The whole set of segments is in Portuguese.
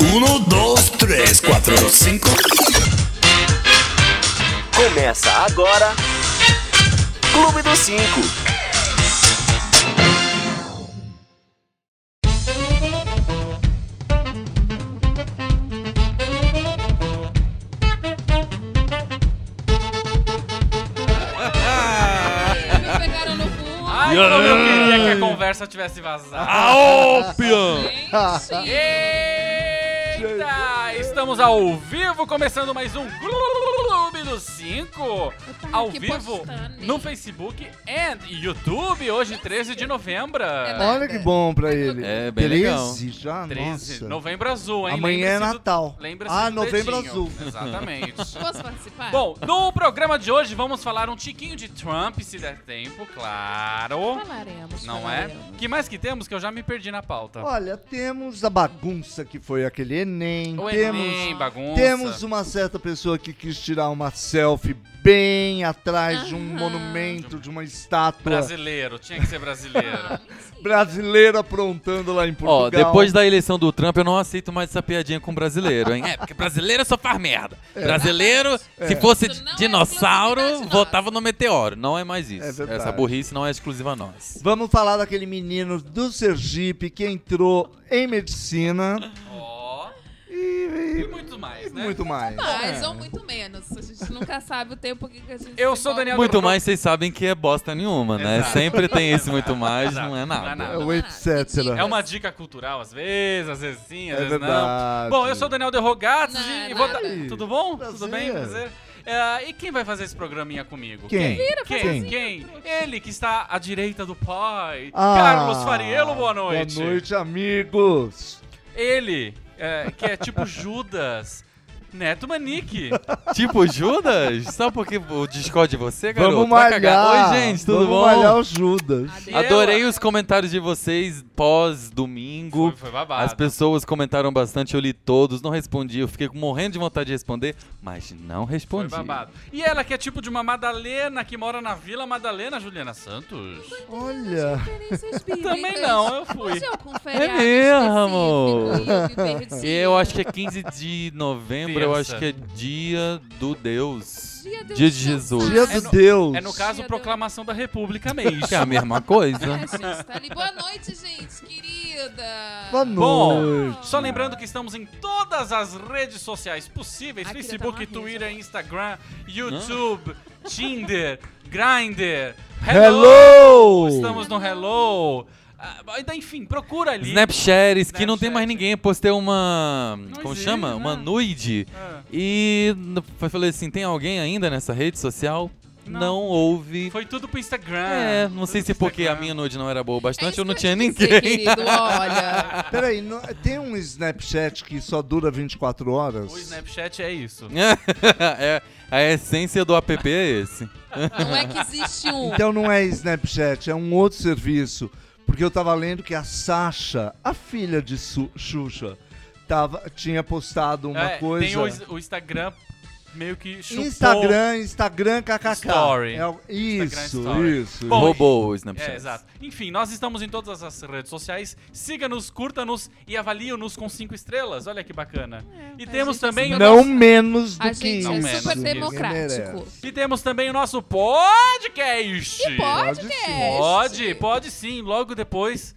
Um, dois, três, quatro, cinco. Começa agora. Clube dos Cinco. Eles pegaram no cu. Ai, como eu queria que a conversa tivesse vazado. Aopian! Gente, Eita! Estamos ao vivo, começando mais um Clube dos 5. tava Ao aqui vivo postando, hein? no Facebook e YouTube, hoje 13 de novembro. É Olha que bom pra ele. É, bem legal. já, 13, nossa. novembro azul, hein? Amanhã é Lembre-se do- Natal. Lembre-se Ah, do novembro dedinho. azul. Exatamente. posso participar? Bom, no programa de hoje vamos falar um tiquinho de Trump, se der tempo, claro. falaremos. Não é? falaremos. Que mais que temos que eu já me perdi na pauta. Olha, temos a bagunça que foi aquele Enem. é O temos, Enem, bagunça. temos uma certa pessoa que quis tirar uma selfie bem atrás de um Aham. monumento, de uma estátua Brasileiro, tinha que ser brasileiro. Ah, brasileira aprontando lá em Portugal. Ó, depois da eleição do Trump, eu não aceito mais essa piadinha com brasileiro, hein? É, porque brasileiro só faz merda. Brasileiro, se fosse Isso não é dinossauro, exclusividade nossa. votava no meteoro. Não é mais É isso. verdade. Essa burrice não é exclusiva nossa. Vamos falar daquele menino do Sergipe que entrou em medicina Ó. e, E muito mais, e né? muito mais. Mais É. ou muito menos. A gente nunca sabe o tempo que que a gente. Eu se sou envolve. Daniel- Muito mais, vocês sabem que é bosta nenhuma, né? Exato. Sempre tem esse muito mais, não é Exato, não é nada. nada. É o etc. É uma dica cultural, às vezes, às vezes sim, às É vezes não. verdade. Bom, eu sou o Daniel De Rogatis Não, e vou nada. dar- Tudo bom? Tudo Prazer. bem? Prazer. É, e quem vai fazer esse programinha comigo? Quem? Vira, Quem? faz assim, Quem? Ele que está à direita do pai. Ah, Carlos Fariello, boa noite. Boa noite, amigos. Ele, é, que é tipo Judas. Neto Manique. Tipo Judas? Só porque o Discord de você, garoto? Vamos Vai malhar. cagar. Oi, gente, tudo Vamos bom? malhar o Judas. Adeus. Adorei os comentários de vocês pós-domingo. Foi, foi babado. As pessoas comentaram bastante, eu li todos, não respondi. Eu fiquei morrendo de vontade de responder, mas não Foi respondi. babado. E ela que é tipo de uma Madalena que mora na Vila Madalena, Juliana Santos. Olha. Experiências bíblicas. Também não, eu fui. Hoje eu com feriado É mesmo. específico e eu me perdi. E eu acho que é 15 de novembro, eu Terça. acho que é dia do Deus. Dia do de Jesus. Jesus. Dia É do no- Deus. É no caso Tia Proclamação da República mês. Que é a mesma coisa. É, gente, tá ali. Boa noite, gente, querida. Boa Bom, noite. só lembrando que estamos em todas as redes sociais possíveis: Ai, queria Facebook, tomar uma Twitter, Instagram, YouTube, Tinder, Grindr. Hello! Estamos no Hello. Ah, então, enfim, procura ali. Snapchat, que não tem Snapchat. mais ninguém. Eu postei uma. como existe, chama? né? Uma nude. Ah, E n- eu falei assim: tem alguém ainda nessa rede social? Não. Não, houve. Foi tudo pro Instagram. Ah, É, não Tudo sei pro se porque a Instagram. minha nude não era boa o É bastante, isso eu não que tinha ia dizer, ninguém. querido, olha. Peraí, não- tem um Snapchat que só dura 24 horas? O Snapchat é isso. é, a essência do app é esse. Não é que existe um. Então não é Snapchat, é um outro serviço. Porque eu tava lendo que a Sasha, a filha de Su Xuxa, tava, tinha postado uma É, coisa. Tem o, is- o Instagram meio que chupou. Instagram, Instagram, kkk. Story. É o- Instagram isso, Story. isso. Bom, Roubou o Snapchat. É, exato. Enfim, nós estamos em todas as redes sociais. Siga-nos, curta-nos e avalie-nos com cinco estrelas. Olha que bacana. e temos gente é também o Não nosso- menos do A que gente isso. Não é super menos. democrático. merece. E temos também o nosso podcast. Pode, Pode podcast. Pode, pode sim. Logo depois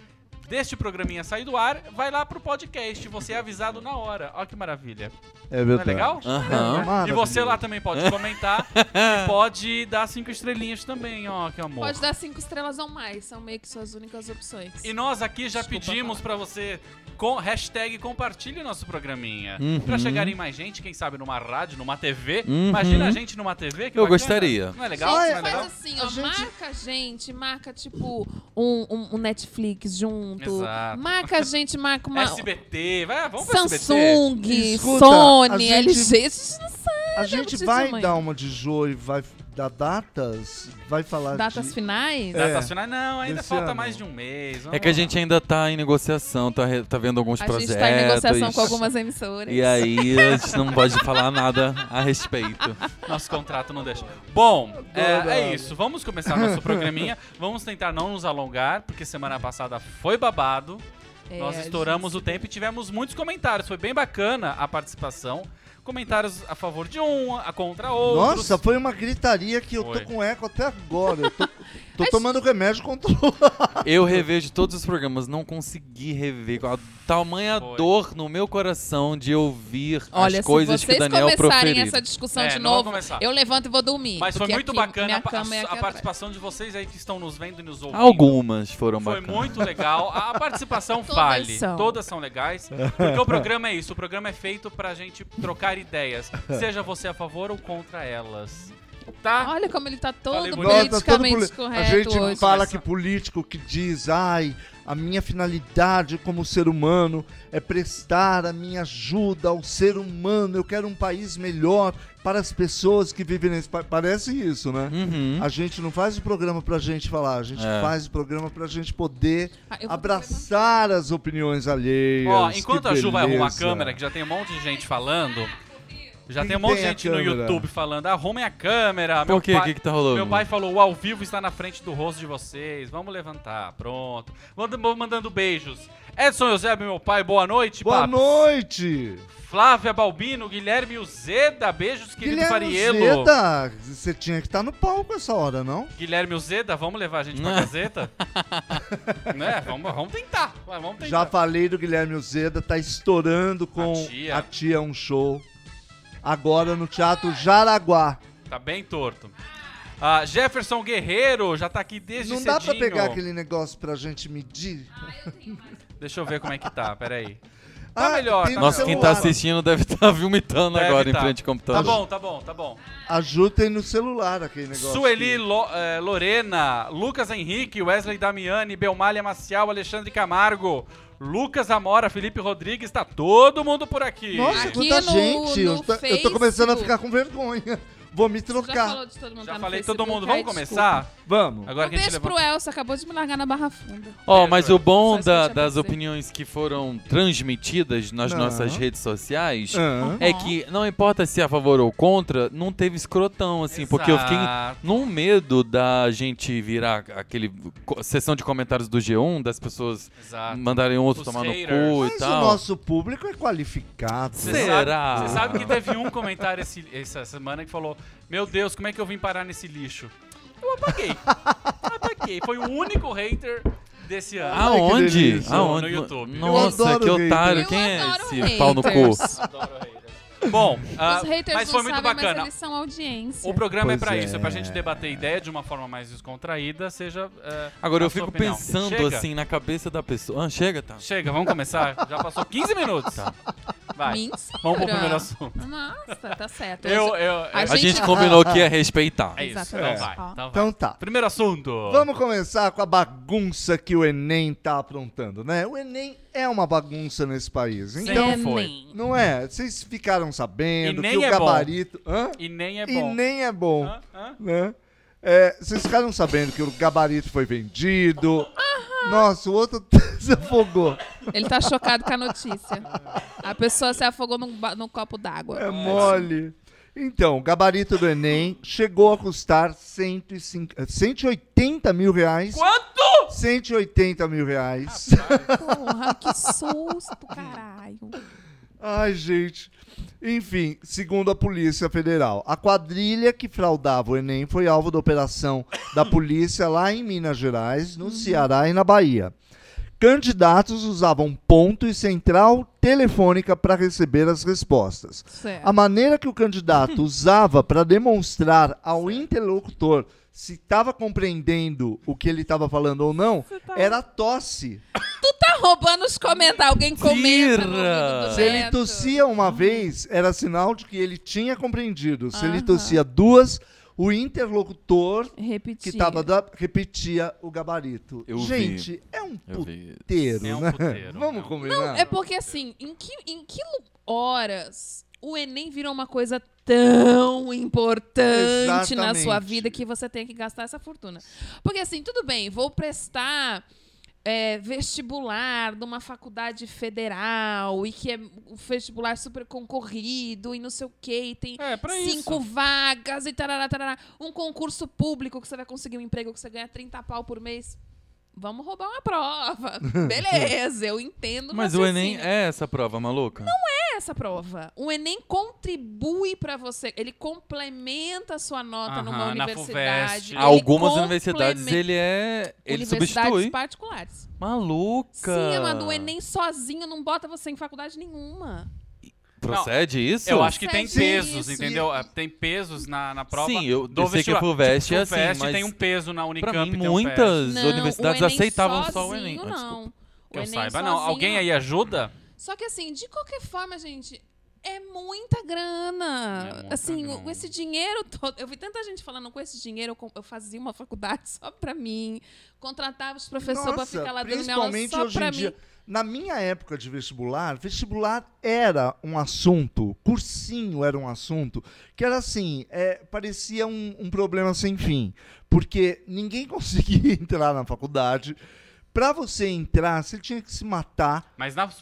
deste programinha sair do ar, vai lá pro podcast. Você é avisado na hora. Olha que maravilha. É Não é verdade. legal? Aham. E você lá também pode comentar e pode dar cinco estrelinhas também, ó, que amor. Pode dar cinco estrelas ou mais, são meio que suas únicas opções. E nós aqui já Desculpa pedimos pra você com hashtag compartilhe nosso programinha. Uhum. Pra chegar em mais gente, quem sabe numa rádio, numa TV. Uhum. Imagina a gente numa TV que Eu bacana. gostaria. Não é legal? Gente, Não é faz legal? assim, ó, A gente- marca a gente, marca tipo um, um- um Netflix junto. Exato. Marca a gente, marca uma SBT, vai, vamos pro SBT. Samsung, Escuta, a Sony, gente- LG. Isso não sabe A gente vai tamanho. dar uma de Jô e vai dar datas, vai falar datas de... finais. É. Datas finais, tá não, ainda Esse falta ano. mais de um mês. É vamos que a lá. gente ainda tá em negociação, tá, re- tá vendo alguns A projetos. gente tá em negociação com algumas emissoras. E aí a gente não pode falar nada a respeito. Nosso contrato não deixa. Bom, é, é Adorado. isso. Vamos começar nosso programinha. Vamos tentar não nos alongar, porque semana passada foi babado. É, Nós a estouramos gente- o tempo e tivemos muitos comentários. Foi bem bacana a participação. Comentários a favor de um, a contra outros. Nossa, foi uma gritaria que eu Foi. tô com eco até agora. Eu tô, tô tomando remédio contra o Eu revejo todos os programas, não consegui rever. Com a tamanha Foi. dor no meu coração de ouvir Olha, as coisas se que o vocês Daniel começarem proferiu. essa discussão É, de não vou novo, começar. eu levanto e vou dormir. Mas foi porque muito aqui, bacana minha a pa- cama é a, aqui a atrás. participação de vocês aí que estão nos vendo e nos ouvindo. Algumas foram Foi bacanas. muito legal. A a participação Todas vale. são. Todas são legais. Porque o programa é isso. O programa é feito pra gente trocar ideias. Seja você a favor ou contra elas. Tá? Olha como ele tá todo Falei bonito. Nossa, Nossa, todo politicamente poli- A correto gente hoje. fala mas- que político que diz, ai, a minha finalidade como ser humano é prestar a minha ajuda ao ser humano. Eu quero um país melhor para as pessoas que vivem nesse país. Parece isso, né? Uhum. A gente não faz o programa pra gente falar, a gente É. faz o programa pra gente poder Ah, eu vou abraçar as opiniões alheias. Ó, enquanto Que a Ju vai arrumar a beleza. câmera, que já tem um monte de gente falando. Já Quem tem um monte de tem a gente no câmera? YouTube falando, arrumem a câmera. Ah, meu Por quê? O pai- que, que tá rolando? Meu pai falou, o ao vivo está na frente do rosto de vocês. Vamos levantar, pronto. Manda- Vou mandando beijos. Edson Eusébio, meu pai, boa noite. Boa paps. noite! Flávia Balbino, Guilherme Uzeda, beijos, querido Fariello. Zeda, você tinha que estar no palco essa hora, não? Guilherme Uzeda, vamos levar a gente pra Gazeta? né? Vamos, vamos tentar. vai, vamos tentar. Já falei do Guilherme Uzeda, tá estourando com A Tia. a tia um show. Agora no Teatro Jaraguá. Tá bem torto. Ah, Jefferson Guerreiro já tá aqui desde Não cedinho. dá pra pegar aquele negócio pra gente medir? Deixa eu ver como é que tá, peraí. Tá melhor, Ah, tem um tá no Nossa, quem tá celular. assistindo deve estar tá vomitando Deve agora tá. em frente ao Tá computador. bom, tá bom, tá bom. Ajudem no celular aquele Um negócio. Sueli Lo- eh, Lorena, Lucas Henrique, Wesley Damiani, Belmalha Maciel, Alexandre Camargo, Lucas Amora, Felipe Rodrigues, tá todo mundo por aqui. Nossa, Aqui quanta no- gente! no eu, tô, eu tô começando a Facebook. ficar com vergonha. Vou me levantar. Já trocar. falou de todo mundo, Já tá no falei Facebook, todo né? mundo, ai, vamos começar? Vamos. Agora um que a gente beijo levanta. pro Elcio, acabou de me largar na Barra Funda. Ó, É, mas o bom Só isso que eu da- tinha pra das dizer. opiniões que foram transmitidas nas Não. nossas redes sociais Ah. é que não importa se é a favor ou contra, não teve escrotão, assim, um porque eu fiquei Exato. num medo da gente virar aquele co- sessão de comentários do G1, das pessoas Exato. mandarem outro Ah, Os tomar haters. no cu Mas e o tal. nosso público é qualificado. né? Cê- Você Será? Sabe, você sabe que teve um comentário esse- essa semana que falou: Meu Deus, como é que eu vim parar nesse lixo? Eu apaguei. apaguei. Foi o único hater desse ano. Ai, é que Aonde? delícia. Aonde? No YouTube. Eu Nossa, adoro que haters. otário. Eu Quem é adoro esse haters. pau no cu? Bom, ah, Os haters mas não foi muito sabem, bacana. mas eles são audiência. O programa é Pois pra é. isso, é pra gente debater ideia de uma forma mais descontraída, seja. é, Agora a eu sua fico opinião. pensando Chega, assim na cabeça da pessoa. Ah, chega, tá. Chega, vamos começar? Já passou 15 minutos. Vai. Mentira. Vamos pro primeiro assunto. Nossa, tá certo. Eu, eu, Hoje- eu- A A gente- gente combinou ah, que ia respeitar. É isso. Então Exatamente. vai. Ó. Então vai. Então tá. Primeiro assunto. Vamos começar com a bagunça que o Enem tá aprontando, né? O Enem é uma bagunça nesse país. Então, Sempre foi. Enem. não é? Vocês ficaram sabendo E nem que o é bom. gabarito. Hã? E nem é E bom. nem é bom. Hã? Hã? né? É, vocês ficaram sabendo que o gabarito foi vendido. Nossa, o outro se afogou. Ele tá chocado com a notícia. A pessoa se afogou num, ba- num copo d'água. É mole. Então, o gabarito do Enem chegou a custar 105, eh, 180 mil reais. Quanto? 180 mil reais. Porra, que susto, caralho. Ai, gente. Enfim, segundo a Polícia Federal, a quadrilha que fraudava o Enem foi alvo da operação da polícia lá em Minas Gerais, no Ceará e na Bahia. Candidatos usavam ponto e central telefônica para receber as respostas. Certo. A maneira que o candidato usava para demonstrar ao interlocutor se estava compreendendo o que ele estava falando ou não era a tosse. Tá roubando os comentários. Alguém comenta no ouvido do Se ele neto. tossia uma vez, era sinal de que ele tinha compreendido. Se ele Aham. tossia duas, o interlocutor que Repetir. estava da... repetia o gabarito. Eu vi. Gente, é um Eu vi. puteiro, É um né? puteiro. Vamos É um- combinar. É porque assim, em que, em que lu- horas o Enem virou uma coisa tão importante na Exatamente. sua vida que você tem que gastar essa fortuna? Porque assim, tudo bem, vou prestar é, vestibular de uma faculdade federal e que é o vestibular super concorrido e não sei o quê, e tem É, pra isso. cinco vagas e tarará, tarará. Um concurso público que você vai conseguir um emprego que você ganha 30 pau por mês. Vamos roubar uma prova. Beleza, eu entendo. Mas o raciocínio. Enem é essa prova, maluca? Não é essa prova. O Enem contribui pra você, ele complementa a sua nota Aham, numa na universidade. FUVEST. ele Algumas complementa- universidades ele é. Ele universidades substitui. particulares. Maluca! Sim, Amanda, o Enem sozinho não bota você em faculdade nenhuma. Procede isso? Eu acho que tem Sim, pesos, isso. entendeu? É, Tem pesos na, na prova. Sim, eu- do eu sei que vestibular. a FUVEST é Tipo, FUVEST assim, mas tem um peso na Unicamp. Pra mim, tem um peso. muitas Não, universidades o Enem aceitavam sozinho, só o Enem. Ah, desculpa. Não. Que O eu Enem saiba, não. sozinho, Alguém não. aí ajuda? Só que assim, de qualquer forma, gente, é muita grana. É muita assim, grana. com esse dinheiro todo. Eu vi tanta gente falando com esse dinheiro, eu, com- eu fazia uma faculdade só pra mim. Contratava os professores pra Nossa, ficar lá dando minha aula principalmente só hoje pra em mim. dia. Na minha época de vestibular, vestibular era um assunto, cursinho era um assunto, que era assim, é, parecia um, um problema sem fim. Porque ninguém conseguia entrar na faculdade. Pra você entrar, você tinha que se matar. Mas nas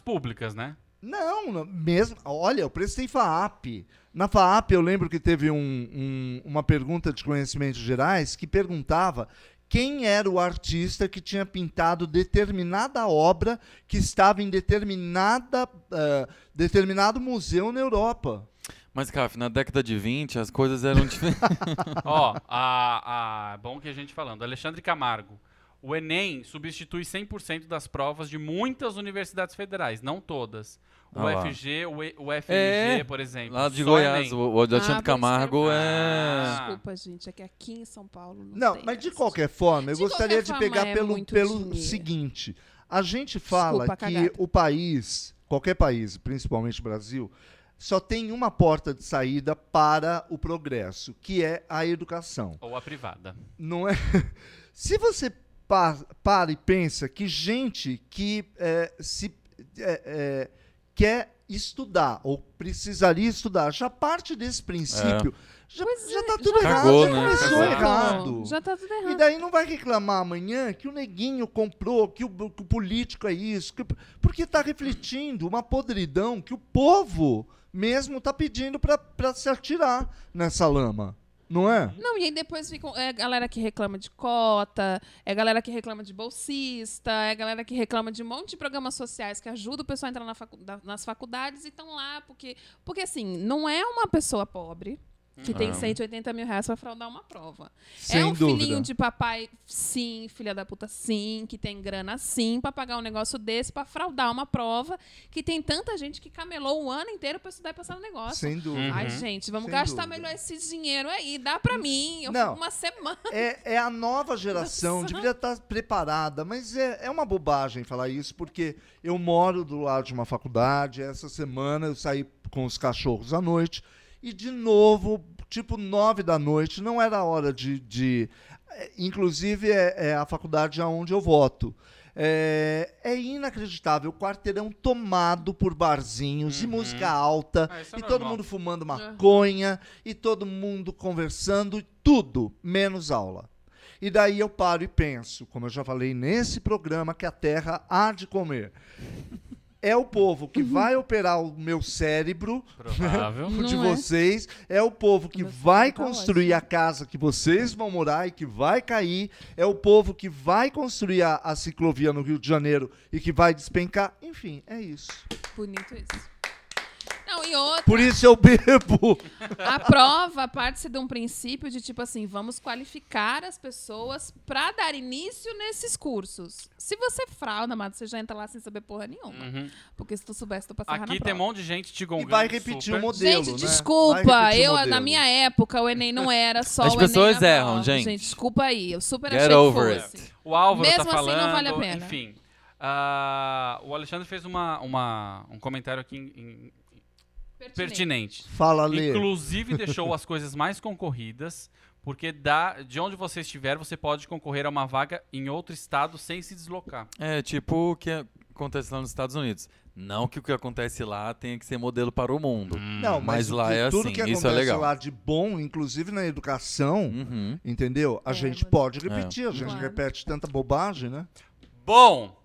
públicas, né? Não, não, mesmo. Olha, eu prestei FAAP. Na FAAP, eu lembro que teve um- um- uma pergunta de conhecimentos gerais que perguntava quem era o artista que tinha pintado determinada obra que estava em determinada, ah, determinado museu na Europa. Mas, Caf, na década de 20 as coisas eram diferentes. Ó, a, a- bom que a gente falando. Alexandre Camargo. O Enem substitui 100% das provas de muitas universidades federais, não todas. O Ah lá. UFG, o, E- o FMG, É, por exemplo. Lá de só Goiás, Enem. o, o Alexandre Ah, Camargo por isso é. Ah. Desculpa, gente, é que aqui em São Paulo. Não, Não, tem mas de essas. qualquer forma, eu De gostaria qualquer de forma, pegar é pelo, muito pelo dinheiro. seguinte: a gente fala Desculpa, que cagada. o país, qualquer país, principalmente o Brasil, só tem uma porta de saída para o progresso, que é a educação. Ou a privada. Não é? Se você pa- para e pensa que gente que é, se é, é, quer estudar ou precisaria estudar, já parte desse princípio, já, Pois já é, tá tudo já- errado, Cagou, já né? começou Cagou. errado. Já tá tudo errado. E daí não vai reclamar amanhã que o neguinho comprou, que o, que o político é isso, que o- porque está refletindo uma podridão que o povo mesmo está pedindo para se atirar nessa lama, não é? Não, e aí depois ficam. É a galera que reclama de cota, é a galera que reclama de bolsista, é a galera que reclama de um monte de programas sociais que ajuda o pessoal a entrar na facu- da- nas faculdades e estão lá, porque. Porque assim, não é uma pessoa pobre. Que tem Ah. 180 mil reais pra fraudar uma prova. Sem é um dúvida. filhinho de papai, sim, filha da puta, sim, que tem grana, sim, pra pagar um negócio desse, pra fraudar uma prova, que tem tanta gente que camelou o ano inteiro pra estudar e passar no negócio. Sem dúvida. Ai, gente, vamos Sem gastar dúvida. Hum, melhor esse dinheiro aí. Dá pra mim. Eu Não. fico uma semana. É, é a nova geração, deveria estar preparada, mas é, é uma bobagem falar isso, porque eu moro do lado de uma faculdade, essa semana eu saí com os cachorros à noite, e de novo, tipo nove da noite, não era a hora de. de- é, inclusive, é, é a faculdade aonde eu voto. É, é inacreditável, o quarteirão tomado por barzinhos e música alta, Ah, isso é e todo normal. mundo fumando maconha e todo mundo conversando, tudo menos aula. E daí eu paro e penso, como eu já falei nesse programa, que a terra há de comer. É o povo que vai operar o meu cérebro, Provável. o de Não é. vocês, é o povo que Meu cérebro vai tá construir a casa que vocês vão morar e que vai cair, é o povo que vai construir a, a ciclovia no Rio de Janeiro e que vai despencar. Enfim, é isso. Bonito isso. Não, e outra, Por isso eu bebo. a prova parte-se de um princípio de tipo assim, vamos qualificar as pessoas pra dar início nesses cursos. Se você frauda, amado, você já entra lá sem saber porra nenhuma. Uhum. Porque se tu soubesse, tu passava na Aqui tem um prova. monte de gente te E gongando. vai repetir super. o modelo. gente, né? Vai desculpa. repetir o Eu, na modelo. minha época, o Enem não era só As o Enem. pessoas na erram, prova. gente. desculpa aí. Eu super Get achei over que it. fosse. O Álvaro Mesmo tá assim, falando, não vale a pena. enfim. Ah, o Alexandre fez uma, uma- um comentário aqui em- em- pertinente. Fala, Lê. Inclusive deixou as coisas mais concorridas, porque da, de onde você estiver, você pode concorrer a uma vaga em outro estado sem se deslocar. É tipo o que acontece lá nos Estados Unidos. Não que o que acontece lá tenha que ser modelo para o mundo. Não, Mas mas, lá que- é tudo assim, que isso acontece é legal. lá de bom, inclusive na educação, Uhum. entendeu? A É, gente mas- pode repetir, a gente Claro. repete tanta bobagem, né? Bom!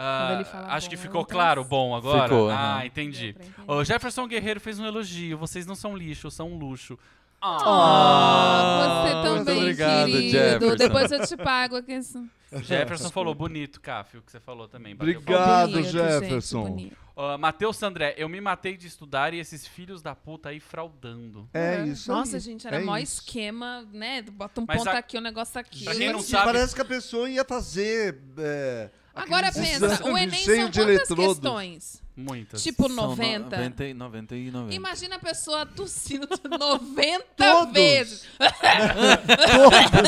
ah, Quando ele fala acho que bom, é um ficou eu claro o penso. bom agora. Ficou, ah, aham. entendi. Deu pra entender. O Jefferson Guerreiro fez um elogio. Vocês não são lixo, são um luxo. Ah, você muito também, obrigado, querido. Jefferson. Depois eu te pago aqui. assim. Jefferson falou bonito, Cáfio, o que você falou também. Bateu Obrigado. palma. Obrigado, Bonito, Jefferson. gente, bonito. Ah, Matheus Sandré, eu me matei de estudar e esses filhos da puta aí fraudando. É isso. Nossa, aí, gente, era é mó isso. esquema, né? Bota um Mas ponto a- aqui, um negócio aqui. Pra quem não Parece- sabe- Parece que a pessoa ia fazer. é, Agora aquele pensa, o exame Enem cheio são de quantas eletrodo. questões? Muitas. Tipo São no- 90? 90 e 90 e 90. Imagina a pessoa tossindo 90 É. Todos. vezes.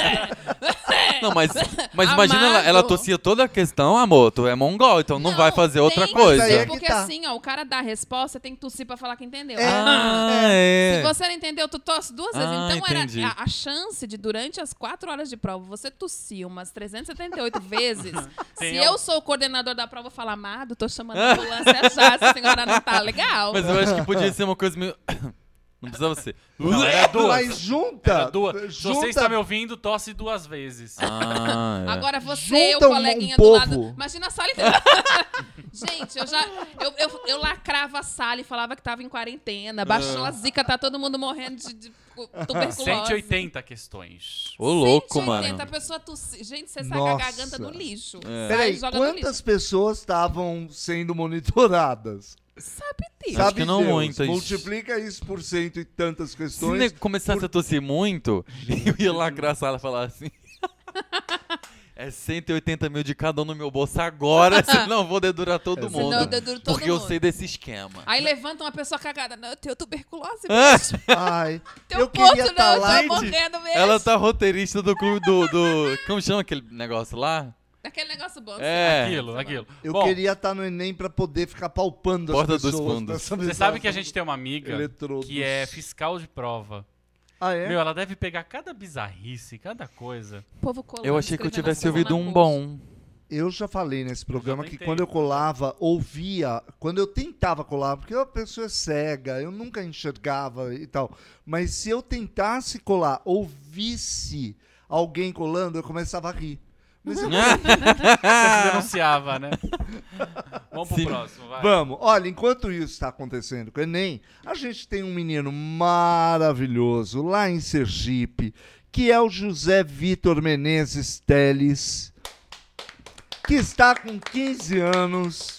Não, mas, mas imagina, ela, ela Amado. tossia toda a questão, amor. Tu é mongol, então não, vai fazer outra tem coisa. Mas aí é que Porque tá. assim, ó, o cara dá a resposta, tem que tossir pra falar que entendeu. É. Ah, Se é. você não entendeu, tu tosse duas vezes. Ah, então entendi. era a, a chance de, durante as quatro horas de prova, você tossir umas 378 vezes. Tem se al- eu sou o coordenador da prova, eu falo, amado, tô chamando a ambulância é já, se a senhora não tá legal. Mas eu acho que podia ser uma coisa meio. Não precisava ser. Não, era duas. Mas junta. Era duas. Se Junta. você está me ouvindo, tosse duas vezes. Ah, é. Agora você, Junta o um- coleguinha um do povo. lado. Imagina a sala inteira. Gente, eu já. Eu, eu, eu lacrava a sala e falava que tava em quarentena. É. Baixou a zica, tá todo mundo morrendo de, de cu- tuberculose. 180 questões. Ô, louco, 180, mano. É. A pessoa tossi... Gente, você saca a Nossa. garganta no lixo. Sai, Peraí, joga no quantas lixo. pessoas estavam sendo monitoradas? Sabe disso. Acho que não Deus, muitas. Multiplica isso por cento e tantas Se questões. ne- começasse a tossir muito, eu ia lacrar a sala e falar assim. É 180 mil de cada um no meu bolso agora, senão eu vou dedurar todo Senão mundo. eu deduro todo porque eu mundo. sei desse esquema. Aí levanta uma pessoa cagada. Não, eu tenho tuberculose, Ah, bicho. Ai, Teu um eu ponto queria né? não, tá estar eu tô lá. morrendo mesmo. Ela tá roteirista do clube do, do. Como chama aquele negócio lá? Daquele negócio bom. É. Aquilo, aquilo. Eu Bom, queria estar no Enem pra poder ficar palpando Porta as dos pessoas. fundos. pra saber você se sabe elas que a são- gente tem uma amiga Eletrodos. que é fiscal de prova. Ah, é? Meu, ela deve pegar cada bizarrice, cada coisa. O povo colando, Eu achei que eu escrevendo tivesse as coisas ouvido na um bolsa. bom. Eu já falei nesse programa que tentei. quando eu colava, ouvia, quando eu tentava colar, porque a pessoa é cega, eu nunca enxergava e tal. Mas se eu tentasse colar, ouvisse alguém colando, eu começava a rir. Mas eu- Você denunciava, né? Vamos pro Sim. próximo, vai. Vamos, olha, enquanto isso está acontecendo com o Enem, a gente tem um menino maravilhoso lá em Sergipe, que é o José Vitor Menezes Teles, que está com 15 anos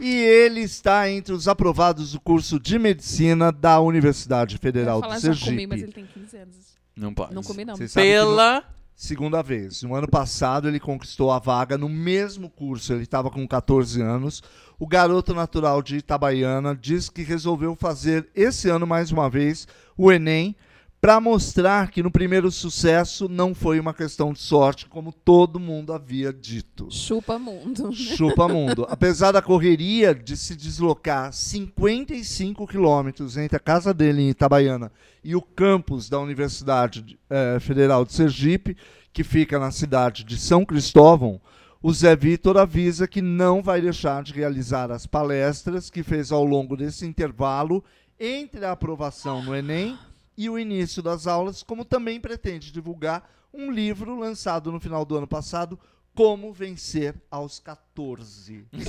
e ele está entre os aprovados do curso de medicina da Universidade Eu ia Federal falar, de já é comi, mas Sergipe. ele tem 15 anos. Não pode. Não comi, não. Vocês sabem que no- Pela. Segunda vez. No ano passado, ele conquistou a vaga no mesmo curso. Ele estava com 14 anos. O garoto natural de Itabaiana diz que resolveu fazer esse ano, mais uma vez, o Enem para mostrar que no primeiro sucesso não foi uma questão de sorte, como todo mundo havia dito. Chupa mundo. Chupa mundo. Apesar da correria de se deslocar 55 quilômetros entre a casa dele em Itabaiana e o campus da Universidade eh, Federal de Sergipe, que fica na cidade de São Cristóvão, o Zé Vitor avisa que não vai deixar de realizar as palestras que fez ao longo desse intervalo entre a aprovação no Enem e o início das aulas, como também pretende divulgar um livro lançado no final do ano passado, Como Vencer aos 14. Eu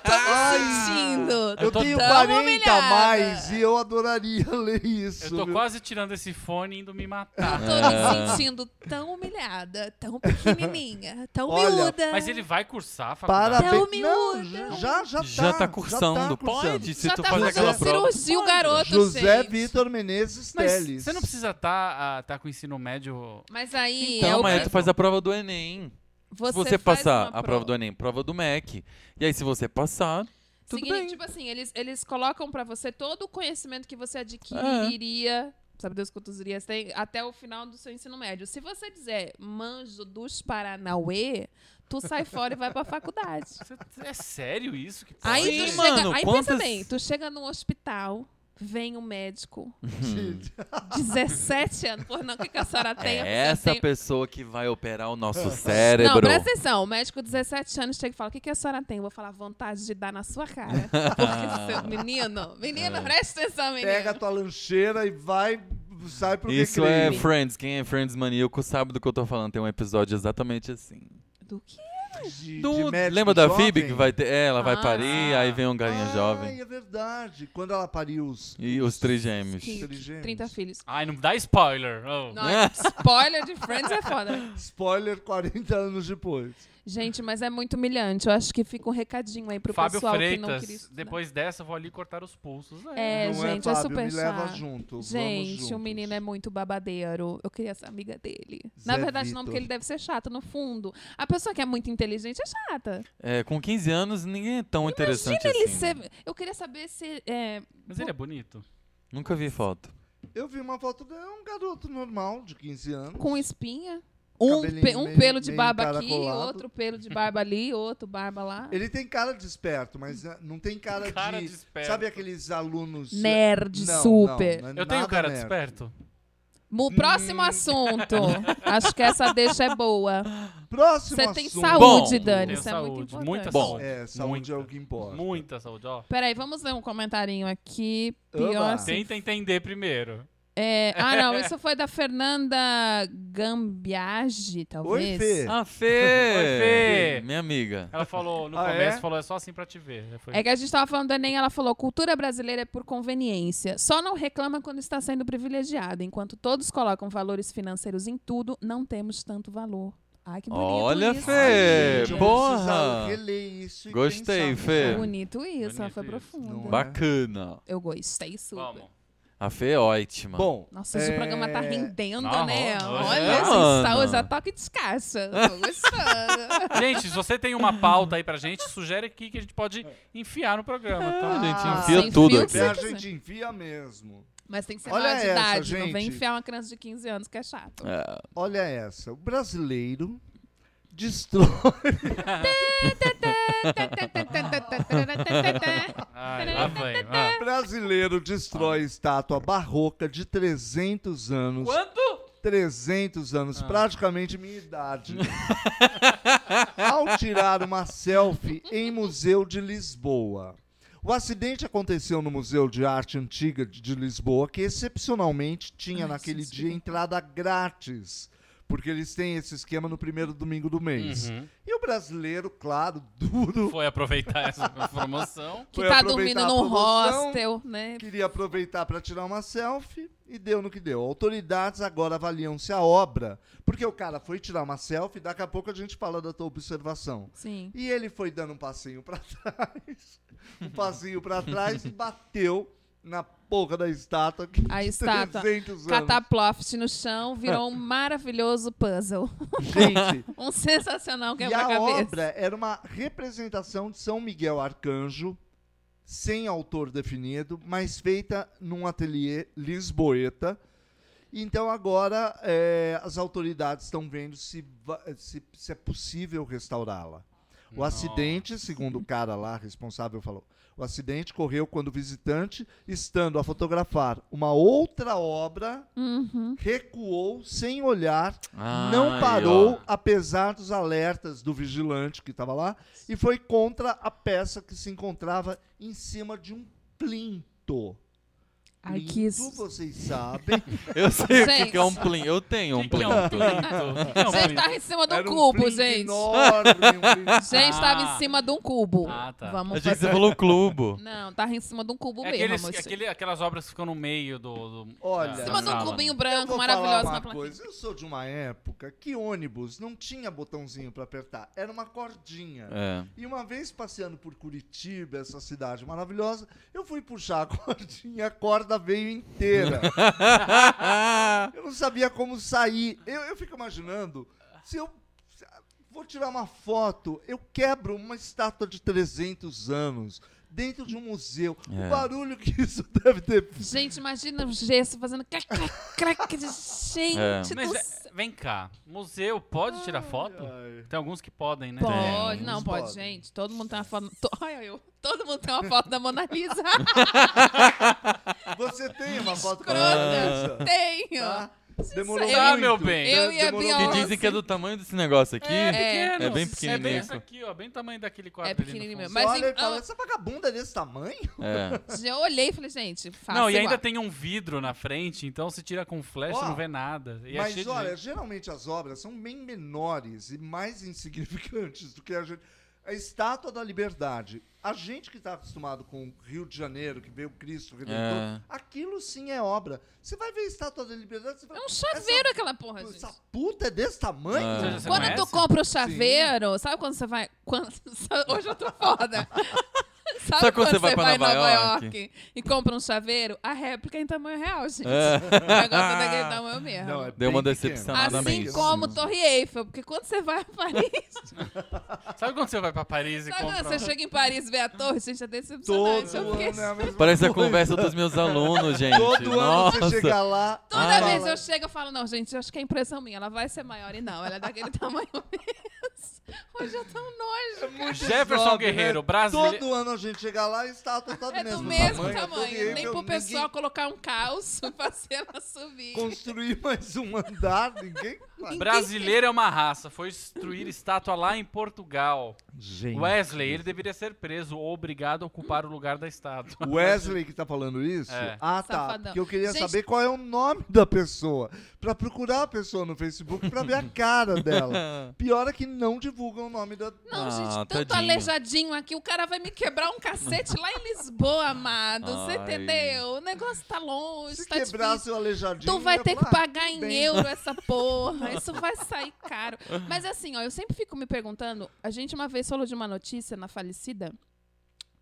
tô Ah. me sentindo. Eu tô tenho tão 40 a humilhada. mais e eu adoraria ler isso. Eu tô viu? quase tirando esse fone e indo me matar. Eu tô É. me sentindo tão humilhada, tão pequenininha, tão Olha, miúda. Mas ele vai cursar a faculdade. Parabéns. Tão miúda. Não, já, já tá. Já tá cursando. Pode, se Já tu tá faz fazendo aquela prova. cirurgia o garoto, José gente. Vitor Menezes Mas Teles. você não precisa estar tá, com o ensino médio. Mas aí... é Então, o- mas aí tu faz a prova do Enem. Você, se você passar a faz uma prova. do Enem, prova do MEC. E aí, se você passar, tudo Significa, bem. Tipo assim, eles, eles colocam pra você todo o conhecimento que você adquiriria, É. sabe Deus quantos irias tem, até o final do seu ensino médio. Se você dizer manjo dos Paranauê, tu sai fora e vai pra faculdade. Você- É sério isso? Que pode? Aí, tu Sim, chega, mano, aí pensa quantas- bem, tu chega num hospital, vem um médico, Hum, 17 anos, por não que que a senhora é Tipo, tem. essa pessoa. pessoa que vai operar o nosso Não, cérebro. presta atenção, o médico 17 anos chega e fala, o que, que a senhora tem? Eu vou falar, vontade de dar na sua cara. Porque seu menino, É. menino, presta atenção, menino. Pega a tua lancheira e vai, sai pro Isso é recreio. Friends. Quem é Friends maníaco sabe do que eu tô falando. Tem um episódio exatamente assim. Do que? de- Do- de médico lembra da jovem? Phoebe que vai ter. É, ela vai Ah. parir, aí vem um galinha Ai, jovem. é verdade. Quando ela pariu os... E os trigêmeos. Que- Inteligente. 30 filhos. Ai, não dá spoiler. Oh. Não, é spoiler de Friends é foda. né? Spoiler 40 anos depois. Gente, mas é muito humilhante. Eu acho que fica um recadinho aí pro Fábio pessoal que não Freitas, queria estudar. depois dessa eu vou ali cortar os pulsos. É, não gente, é, é, Fábio, super me leva chato. junto. Gente, vamos o menino é juntos. muito babadeiro. Eu queria ser amiga dele. Zé Na verdade, não, Vitor. porque ele deve ser chato, no fundo. A pessoa que é muito inteligente é chata. É, com 15 anos ninguém é tão interessante Imagina ele assim. né? ser. Eu queria saber se. é, Mas ele é bonito. Nunca vi foto. Eu vi uma foto dele, é um garoto normal, de 15 anos. com espinha. Um, Cabelinho pe- um meio- pelo de meio barba aqui, encaracolado. outro pelo de barba ali, outro barba lá. Ele tem cara de esperto, mas ah, não tem cara, Cara de... de esperto. Sabe aqueles alunos... Nerd Não, super. não, não é Eu tenho nada cara de nerd. esperto. Mu- Hum. próximo assunto. Acho que essa deixa é boa. Próximo Você tem assunto. saúde, Bom, Dani. tenho Isso é muito saúde, importante. muita Bom. saúde. É, saúde muita, é o que importa. Muita saúde, ó. Peraí, vamos ler um comentarinho aqui. Oba. Pior assim. Tenta entender primeiro. É, ah, não, isso foi da Fernanda Gambiage, talvez. Oi, Fê. Ah, Fê! Oi, Fê! Minha amiga. Ela falou, no Ah, começo, é? falou, é só assim pra te ver. Foi- É que a gente tava falando do Enem, ela falou: cultura brasileira é por conveniência. Só não reclama quando está sendo privilegiada. Enquanto todos colocam valores financeiros em tudo, não temos tanto valor. Ai, que bonito Olha, isso. Fê! Gente, eu precisava Porra! reler isso e Gostei, pensar. Que Fê. bonito isso, ela Bonito foi isso. profunda. Não é? Bacana. Eu gostei super. Vamos. A Fê é ótima. Bom, Nossa, esse é, programa tá rendendo, Não, né? não, Olha, tá, é. esse Mano. saúde a toque de caixa. Tô gostando. Gente, se você tem uma pauta aí pra gente, sugere aqui que a gente pode É. enfiar no programa, Ah, tá? gente, Ah, enfia sem tudo fio aqui. que A Sim, sim. gente enfia mesmo. Mas tem que ser Olha maior de essa, idade, não vem gente. enfiar uma criança de 15 anos que é chato. É, Olha essa. O brasileiro destrói. Ai, lá vem. ah. brasileiro destrói estátua barroca de 300 anos. Quanto? 300 anos, praticamente minha idade. Ao tirar uma selfie em Museu de Lisboa. O acidente aconteceu no Museu de Arte Antiga de de Lisboa, que excepcionalmente tinha Ai, naquele gente, dia entrada grátis, porque eles têm esse esquema no primeiro domingo do mês. Uhum. E o brasileiro, claro, duro, Foi aproveitar essa promoção. que Foi tá dormindo aproveitar a num promoção. hostel, né? queria aproveitar para tirar uma selfie e deu no que deu. Autoridades agora avaliam se a obra, porque o cara foi tirar uma selfie, daqui a pouco a gente fala da tua observação. Sim. E ele foi dando um passinho para trás, um passinho para trás e bateu na porra da estátua que A de estátua. 300 anos. Cataploft no chão virou um maravilhoso puzzle. Gente, Um sensacional e a obra quebra-cabeça. era uma representação de São Miguel Arcanjo, sem autor definido, mas feita num ateliê lisboeta. Então agora eh, as autoridades estão vendo se, va- se- se é possível restaurá-la. O acidente, segundo o cara lá responsável falou, o acidente correu quando o visitante, estando a fotografar uma outra obra, Uhum. recuou sem olhar Ah, não aí, parou, ó. apesar dos alertas do vigilante que estava lá, e foi contra a peça que se encontrava em cima de um plinto. Ai, plinto, que isso. vocês sabem. Eu sei o que Gente. que é um plim. Eu tenho um Que que plim. é um plinto? Que que é um Gente, plinto? tava em cima de um Era um cubo, plinto gente. Enorme, um plinto. Gente, tava Ah. em cima de um cubo. Ah, tá. Eu Vamos achei que fazer. você falou clubo. Não, tava em cima de um cubo É mesmo, aqueles- amor. aquele- aquelas obras que ficam no meio do. do Olha. da Em cima de um sala. cubinho Eu branco vou maravilhoso né, falar na uma plaquinha. coisa. Eu sou de uma época que ônibus não tinha botãozinho para apertar, era uma cordinha. É. E uma vez passeando por Curitiba, essa cidade maravilhosa, eu fui puxar a cordinha, a corda veio inteira. Eu não sabia como sair. Eu, eu fico imaginando, se eu se- vou tirar uma foto, eu quebro uma estátua de 300 anos dentro de um museu. É. O barulho que isso deve ter feito. Gente, imagina o gesso fazendo crac, crac, crac. Gente É. do Mas céu. é, vem cá, museu pode tirar foto? ai. Tem alguns que podem, né? Ah. Pode, não, Eles pode, podem. gente. Todo mundo tem uma foto. to- Ai, eu. Todo mundo tem uma foto da Mona Lisa. Você tem uma foto com a Mona Lisa? Escrota. Tenho. Tá? Demorou eu- Tá, muito. meu bem. Eu e a Demorou Biel- muito. Que dizem que é do tamanho desse negócio aqui. É. É bem É bem pequenininho. isso aqui, ó. Bem tamanho daquele quadro É ali no pequenininho mesmo. fundo. Mas Mas olha, em- ele fala, essa vagabunda é desse tamanho? É. Eu olhei e falei, gente, faça Não, e ainda é igual. tem um vidro na frente, então se tira com flash, Ó, você não vê nada. E é cheio Mas de olha, gente. geralmente as obras são bem menores e mais insignificantes do que a gente. A Estátua da Liberdade. A gente que está acostumado com o Rio de Janeiro, que veio Cristo Redentor, É. aquilo sim é obra. Você vai ver a Estátua da Liberdade, você vai. É um chaveiro aquela porra, Essa, gente. essa puta é desse tamanho? Ah. Você Quando tu conhece? compra o chaveiro, sabe quando você vai. Quando... Hoje eu tô foda. Sabe, quando você vai pra Nova York? e compra um chaveiro? A réplica é em tamanho real, gente. É. O negócio é daquele tamanho mesmo. Não, é Deu uma bem decepcionada pequeno. assim nada como mesmo. Torre Eiffel, porque quando você vai a Paris, Sabe quando você vai pra Paris e sabe quando compra... um- você chega em Paris e vê a torre, gente, é decepcionante. Todo Eu fiquei- ano é a mesma Parece a coisa. conversa dos meus alunos, gente. Todo Nossa. Ah, ano você chega lá. Toda fala, vez eu chego, eu falo, não, gente, eu acho que é impressão minha, ela vai ser maior e não, ela é daquele tamanho mesmo. Hoje eu tô um É nojo, cara. Jefferson Sobe, né? Guerreiro, brasileiro... Todo ano a gente chega lá e a estátua tá do É mesmo do mesmo tamanho. tamanho. Todo Nem nível, pro ninguém pessoal colocar um calço pra se ela subir. Construir mais um andar, ninguém faz. Brasileiro é uma raça, foi destruir estátua lá em Portugal. Gente. Wesley, ele deveria ser preso ou obrigado a ocupar o lugar da estátua. Wesley que tá falando isso? É. Ah, tá. Safadão. Porque eu queria Gente- saber qual é o nome da pessoa. Pra procurar a pessoa no Facebook pra ver a cara dela. Pior é que não divulgam o nome da. Não, Ah, gente, tanto tadinho. aleijadinho aqui, o cara vai me quebrar um cacete lá em Lisboa, amado. Você Ai. entendeu? O negócio tá longe, Se tá quebrar difícil. seu aleijadinho. Tu vai eu ter falo, que ah, pagar em bem. euro essa porra. Isso vai sair caro. Mas assim, ó, eu sempre fico me perguntando. A gente uma vez falou de uma notícia na falecida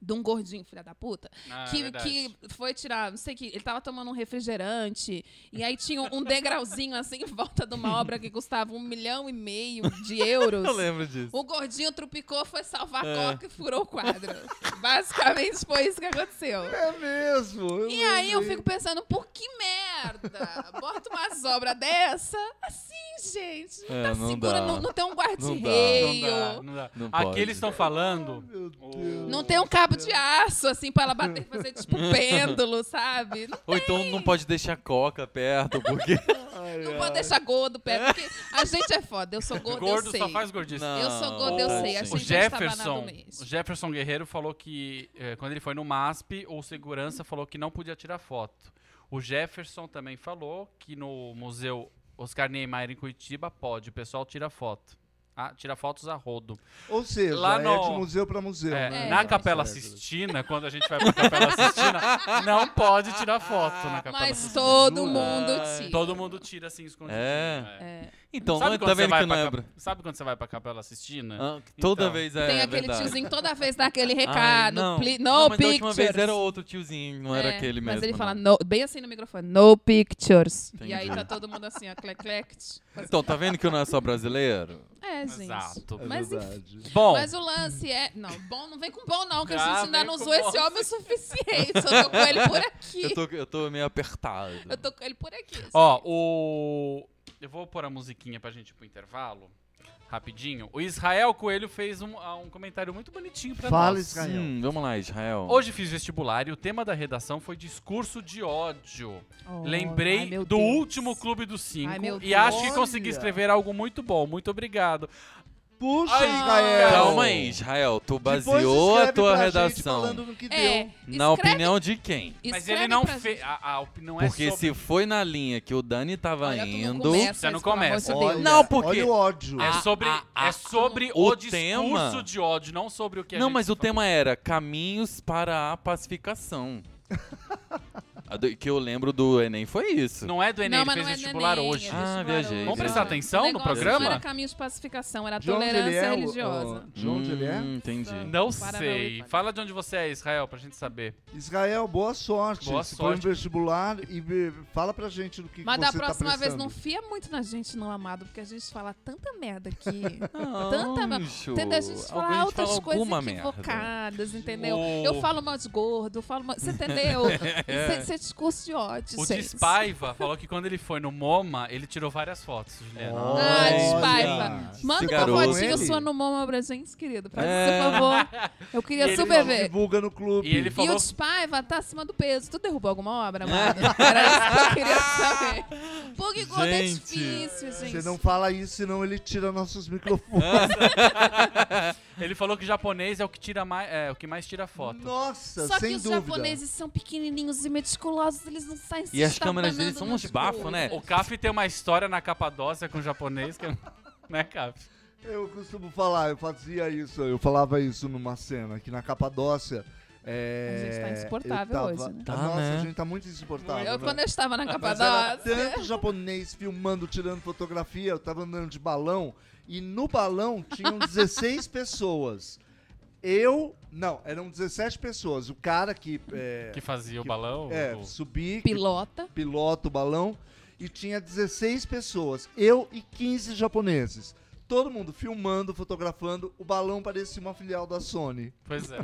de um gordinho, filha da puta, Ah, é que, verdade. que foi tirar, não sei o que, ele tava tomando um refrigerante, e aí tinha um degrauzinho assim em volta de uma obra que custava um milhão e meio de euros. Eu lembro disso. É. O gordinho trupicou, foi salvar a coca e furou o quadro. Basicamente foi isso que aconteceu. É mesmo. eu E aí eu lembrei. fico pensando, por que merda? Bota umas obras dessa? Assim, gente, não É, tá não segura, dá. não, não tem um Não guarda-reio. dá, Não, não dá. Não Aqui pode. eles estão falando... Meu o- Deus. tem um cabo de aço, assim, pra ela bater, fazer tipo pêndulo, sabe? Não, Ou então não pode deixar coca perto, porque. Ai, não ai. pode deixar gordo perto, porque a gente é foda. Eu sou gordo, eu Gordo sei. só faz gordice. Não. Eu sou gordo, eu Ah, sei. A sim. O gente é Jefferson, mês. o Jefferson Guerreiro falou que eh, quando ele foi no MASP, o segurança falou que não podia tirar foto. O Jefferson também falou que no Museu Oscar Niemeyer em Curitiba pode, o pessoal tira foto. Ah, tira fotos a rodo. Ou seja, Lá é no- de museu pra museu. É, né? na É. Capela Sistina, quando a gente vai pra Capela Sistina, não pode tirar foto na Capela Mas Sistina. todo Jura? mundo Ah, tira. Ah, um- Todo mundo tira assim escondido. É. É. Então, Sabe, não, quando tá você vendo vai que não pra lembra? Cap- sabe quando você vai pra Capela Sistina? Ah, toda Então. vez é. Tem aquele verdade. tiozinho toda vez dá aquele Ai, recado. não. pli- Não, no mas da última pictures. vez era outro tiozinho, não era É, aquele mesmo. Mas ele não. fala no- bem assim no microfone, no pictures. Entendi. E aí tá todo mundo assim, ó, clec, clec. tch. Então, tá vendo que eu não é só brasileiro? É, gente. Exato. Mas, enfim, verdade. Bom, mas o lance é... Não, bom, não vem com bom não, que a Ah, gente ainda vem não com usou esse bom. homem o suficiente. Eu tô com ele por Eu aqui. tô, eu tô meio apertado. Eu tô com ele por aqui. Ó, o. Eu vou pôr a musiquinha pra gente ir pro intervalo. Rapidinho. O Israel Coelho fez um, ah, um comentário muito bonitinho pra Fala, nós. Israel. Hum, vamos lá, Israel. Hoje fiz vestibular e o tema da redação foi discurso de ódio. Oh, ai, Lembrei meu do Deus. último Clube dos Cinco Ai, meu e acho que Deus. consegui escrever algo muito bom. Muito obrigado. Puxa, Ai, Israel. Calma aí, Israel. Tu Depois baseou a escreve tua pra gente redação falando no que É, deu. na escreve- opinião de quem? Mas escreve ele não pra fez. gente. A, a op- não é Porque sobre- se foi na linha que o Dani tava Olha, tu não indo. começa, Você não isso, pelo amor de começa. Deus. Olha, Não, porque- Olha o ódio. É Ah, sobre, ah, ah. é sobre O o, discurso tema- de ódio, não sobre o que a Não, gente mas o fa- tema era caminhos para a pacificação. A do- que eu lembro do Enem foi isso. Não é do Enem, Não, ele mas fez não é do vestibular Enem, é hoje. Ah, vestibular viajei, hoje. Vamos prestar atenção O no negócio programa? Não era caminho de pacificação, era De onde ele tolerância é, o- religiosa. o- De onde ele é? Hum, Entendi. Não Paraná, sei. Uruguai. Fala de onde você é, Israel, pra gente saber. Israel, boa sorte. Boa Se for no sorte. vestibular e vê- fala pra gente do que Mas você da tá próxima vez prestando. não fia muito na gente, não, amado, porque a gente fala tanta merda aqui. Não, Tanta ma- Anjo. Entendeu? A gente fala Alguém te outras fala coisas alguma merda. equivocadas, entendeu? O- Eu falo mal de gordo, eu falo mal. Você entendeu? Isso é- isso é discurso de ódio, O gente. Despaiva falou que quando ele foi no MoMA, ele tirou várias fotos, Juliana. Ah, Olha. despaiva. Manda uma garoto. fotinha Ele? sua no Moma pra gente, querido. Pra É. por favor. Eu E queria ele super falou ver. Divulga no clube. E ele E falou... o Despaiva tá acima do peso. Tu derrubou alguma obra, mano? Era isso que eu queria saber. Pouco igual é Gente. difícil, gente. Você não fala isso, senão ele tira nossos microfones. É, Ele falou que japonês é o que tira mais, é, o que mais tira foto. Nossa, Só que sem os dúvida. japoneses são pequenininhos e meticulosos, eles não saem se E as câmeras estabanando deles são nas uns bafos, né? O coisas. Caf tem uma história na Capadócia com o japonês que é... Né, Caf? Eu costumo falar, eu fazia isso, eu falava isso numa cena aqui na Capadócia. É, A gente tá insuportável eu hoje, né? Tá, Nossa, né? a gente tá muito insuportável. Eu, né? quando eu estava na Mas era Capadócia... tanto japonês filmando, tirando fotografia, eu tava andando de balão e no balão tinham 16 pessoas. Eu, não, eram 17 pessoas. O cara que é, Que fazia o Que- balão. é, o- subir, que Pilota. pilota o balão e tinha 16 pessoas, eu e 15 japoneses. Todo mundo filmando, fotografando, o balão parecia uma filial da Sony. Pois é.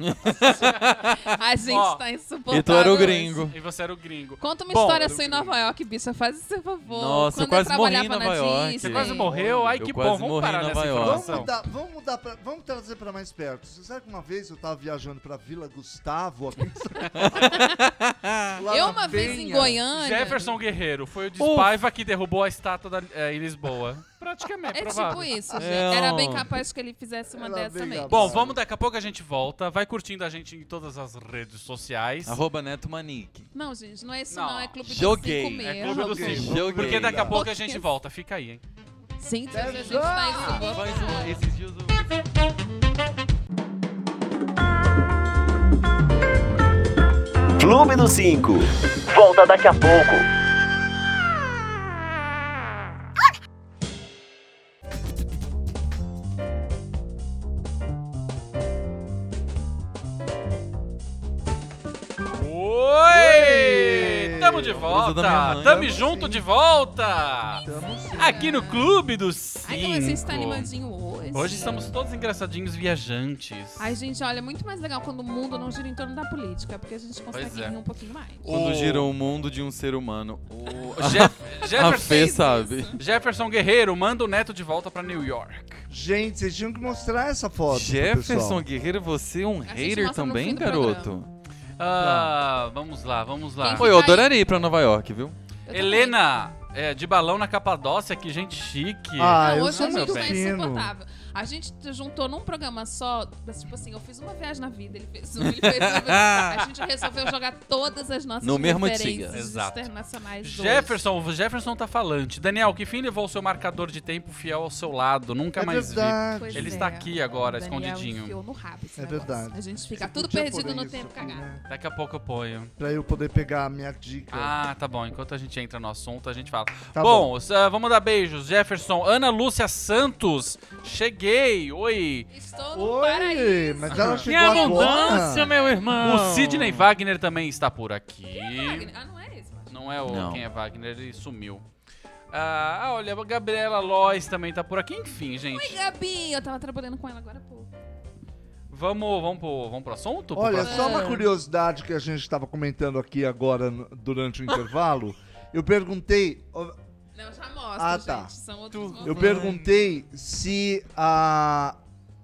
A gente Ó, tá insuportável. E tu era o hoje. gringo. E você era o gringo. Conta uma Bom, história era o sua em gringo. Nova York, bicha. Faz isso, por favor. Nossa, eu Quando quase morri trabalhava em na Nova York. Disney. Você quase morreu? Ai, Eu que bom. quase Vamos morri em parar nessa Nova York. Vamos informação. mudar, vamos mudar pra, vamos trazer pra mais perto. Você sabe que uma vez eu tava viajando pra Vila Gustavo aqui em São Paulo? Lá Eu na uma vez em Penha. Goiânia. Jefferson Guerreiro foi o despaiva que derrubou a estátua da, é, em Lisboa. Praticamente, É provável. tipo isso, gente. É, Era ó. bem capaz que ele fizesse uma Era dessa bem também. capaz. Bom, vamos, daqui a pouco a gente volta. Vai curtindo a gente em todas as redes sociais. Arroba Neto Manique. Não, gente, não é isso, não. Não. É clube dos Joguei. cinco É mesmo. Clube do Joguei. Cinco. Porque daqui a pouco a gente Pouquinho. volta. Fica aí, hein? Sim, gente, a Deve gente tá insuportável. Faz um, esses dias eu- Clube do 5. Volta daqui a pouco. Oi! Tamo de Coisa da minha volta! mãe. Tamo Tamo junto sim. de volta! Tamo sim. Aqui no Clube dos Ai, como você Cinco. está animadinho hoje. Hoje estamos todos engraçadinhos viajantes. Ai, gente, olha, é muito mais legal quando o mundo não gira em torno da política, porque a gente consegue Pois é. rir um pouquinho mais. Quando O- gira o mundo de um ser humano. O- Jeff- a Fê Jefferson, sabe. Jefferson Guerreiro manda o neto de volta pra New York. Gente, vocês tinham que mostrar essa foto. pro Jefferson pessoal. Guerreiro, você é um gente hater mostra no fim também, do garoto? Tá. Ah, vamos lá, vamos lá. Quem Pô, Oi, eu Vai. adoraria ir pra Nova York, viu? Eu tô Helena, é, de balão na Capadócia, que gente chique. Ah, Não, eu hoje sou a gente muito tá fino. insuportável. A gente t- juntou num programa só, mas, tipo assim, eu fiz uma viagem na vida, ele fez uma, ele fez uma. a gente resolveu jogar todas as nossas No mesmo referências dia. Exato. internacionais. hoje. Jefferson, o Jefferson tá falante. Daniel, que fim levou o seu marcador de tempo fiel ao seu lado? Nunca É mais verdade. Pois Ele está aqui agora, O Daniel escondidinho. enfiou no rabo esse É negócio. verdade. A gente fica Você tudo podia perdido pôr no isso tempo aqui, cagado. né? vi. Daqui a pouco eu ponho. Pra eu poder pegar a minha dica. Ah, tá bom. Enquanto a gente entra no assunto, a gente fala. Tá bom, s- ah, vamos dar beijos. Jefferson, Ana Lúcia Santos, cheguei. Oi. Estou no Oi, paraíso. mas ela Que chegou abundância, agora. meu irmão. Ah. O Sidney Wagner também está por aqui. Ah, não é isso? Não é o Não. quem é Wagner, ele sumiu. Ah, ah, olha, a Gabriela Lois também tá por aqui. Enfim, gente. Gabi, eu tava trabalhando com ela agora há pouco. Vamos, vamos pro, vamos pro assunto? Pro Olha, próximo? só É. uma curiosidade que a gente estava comentando aqui agora no- durante o intervalo. Eu perguntei, ó, Não, já mostro, Ah, tá. gente. São outros momentos. eu perguntei se a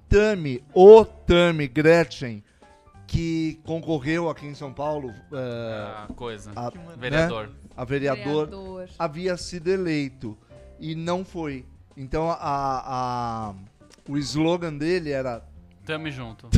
Tami, o Tami Gretchen, que concorreu aqui em São Paulo, é, Ah, coisa. a, né? Vereador. a vereador, havia sido eleito e não foi. Então a- a- o slogan dele era Tamo junto.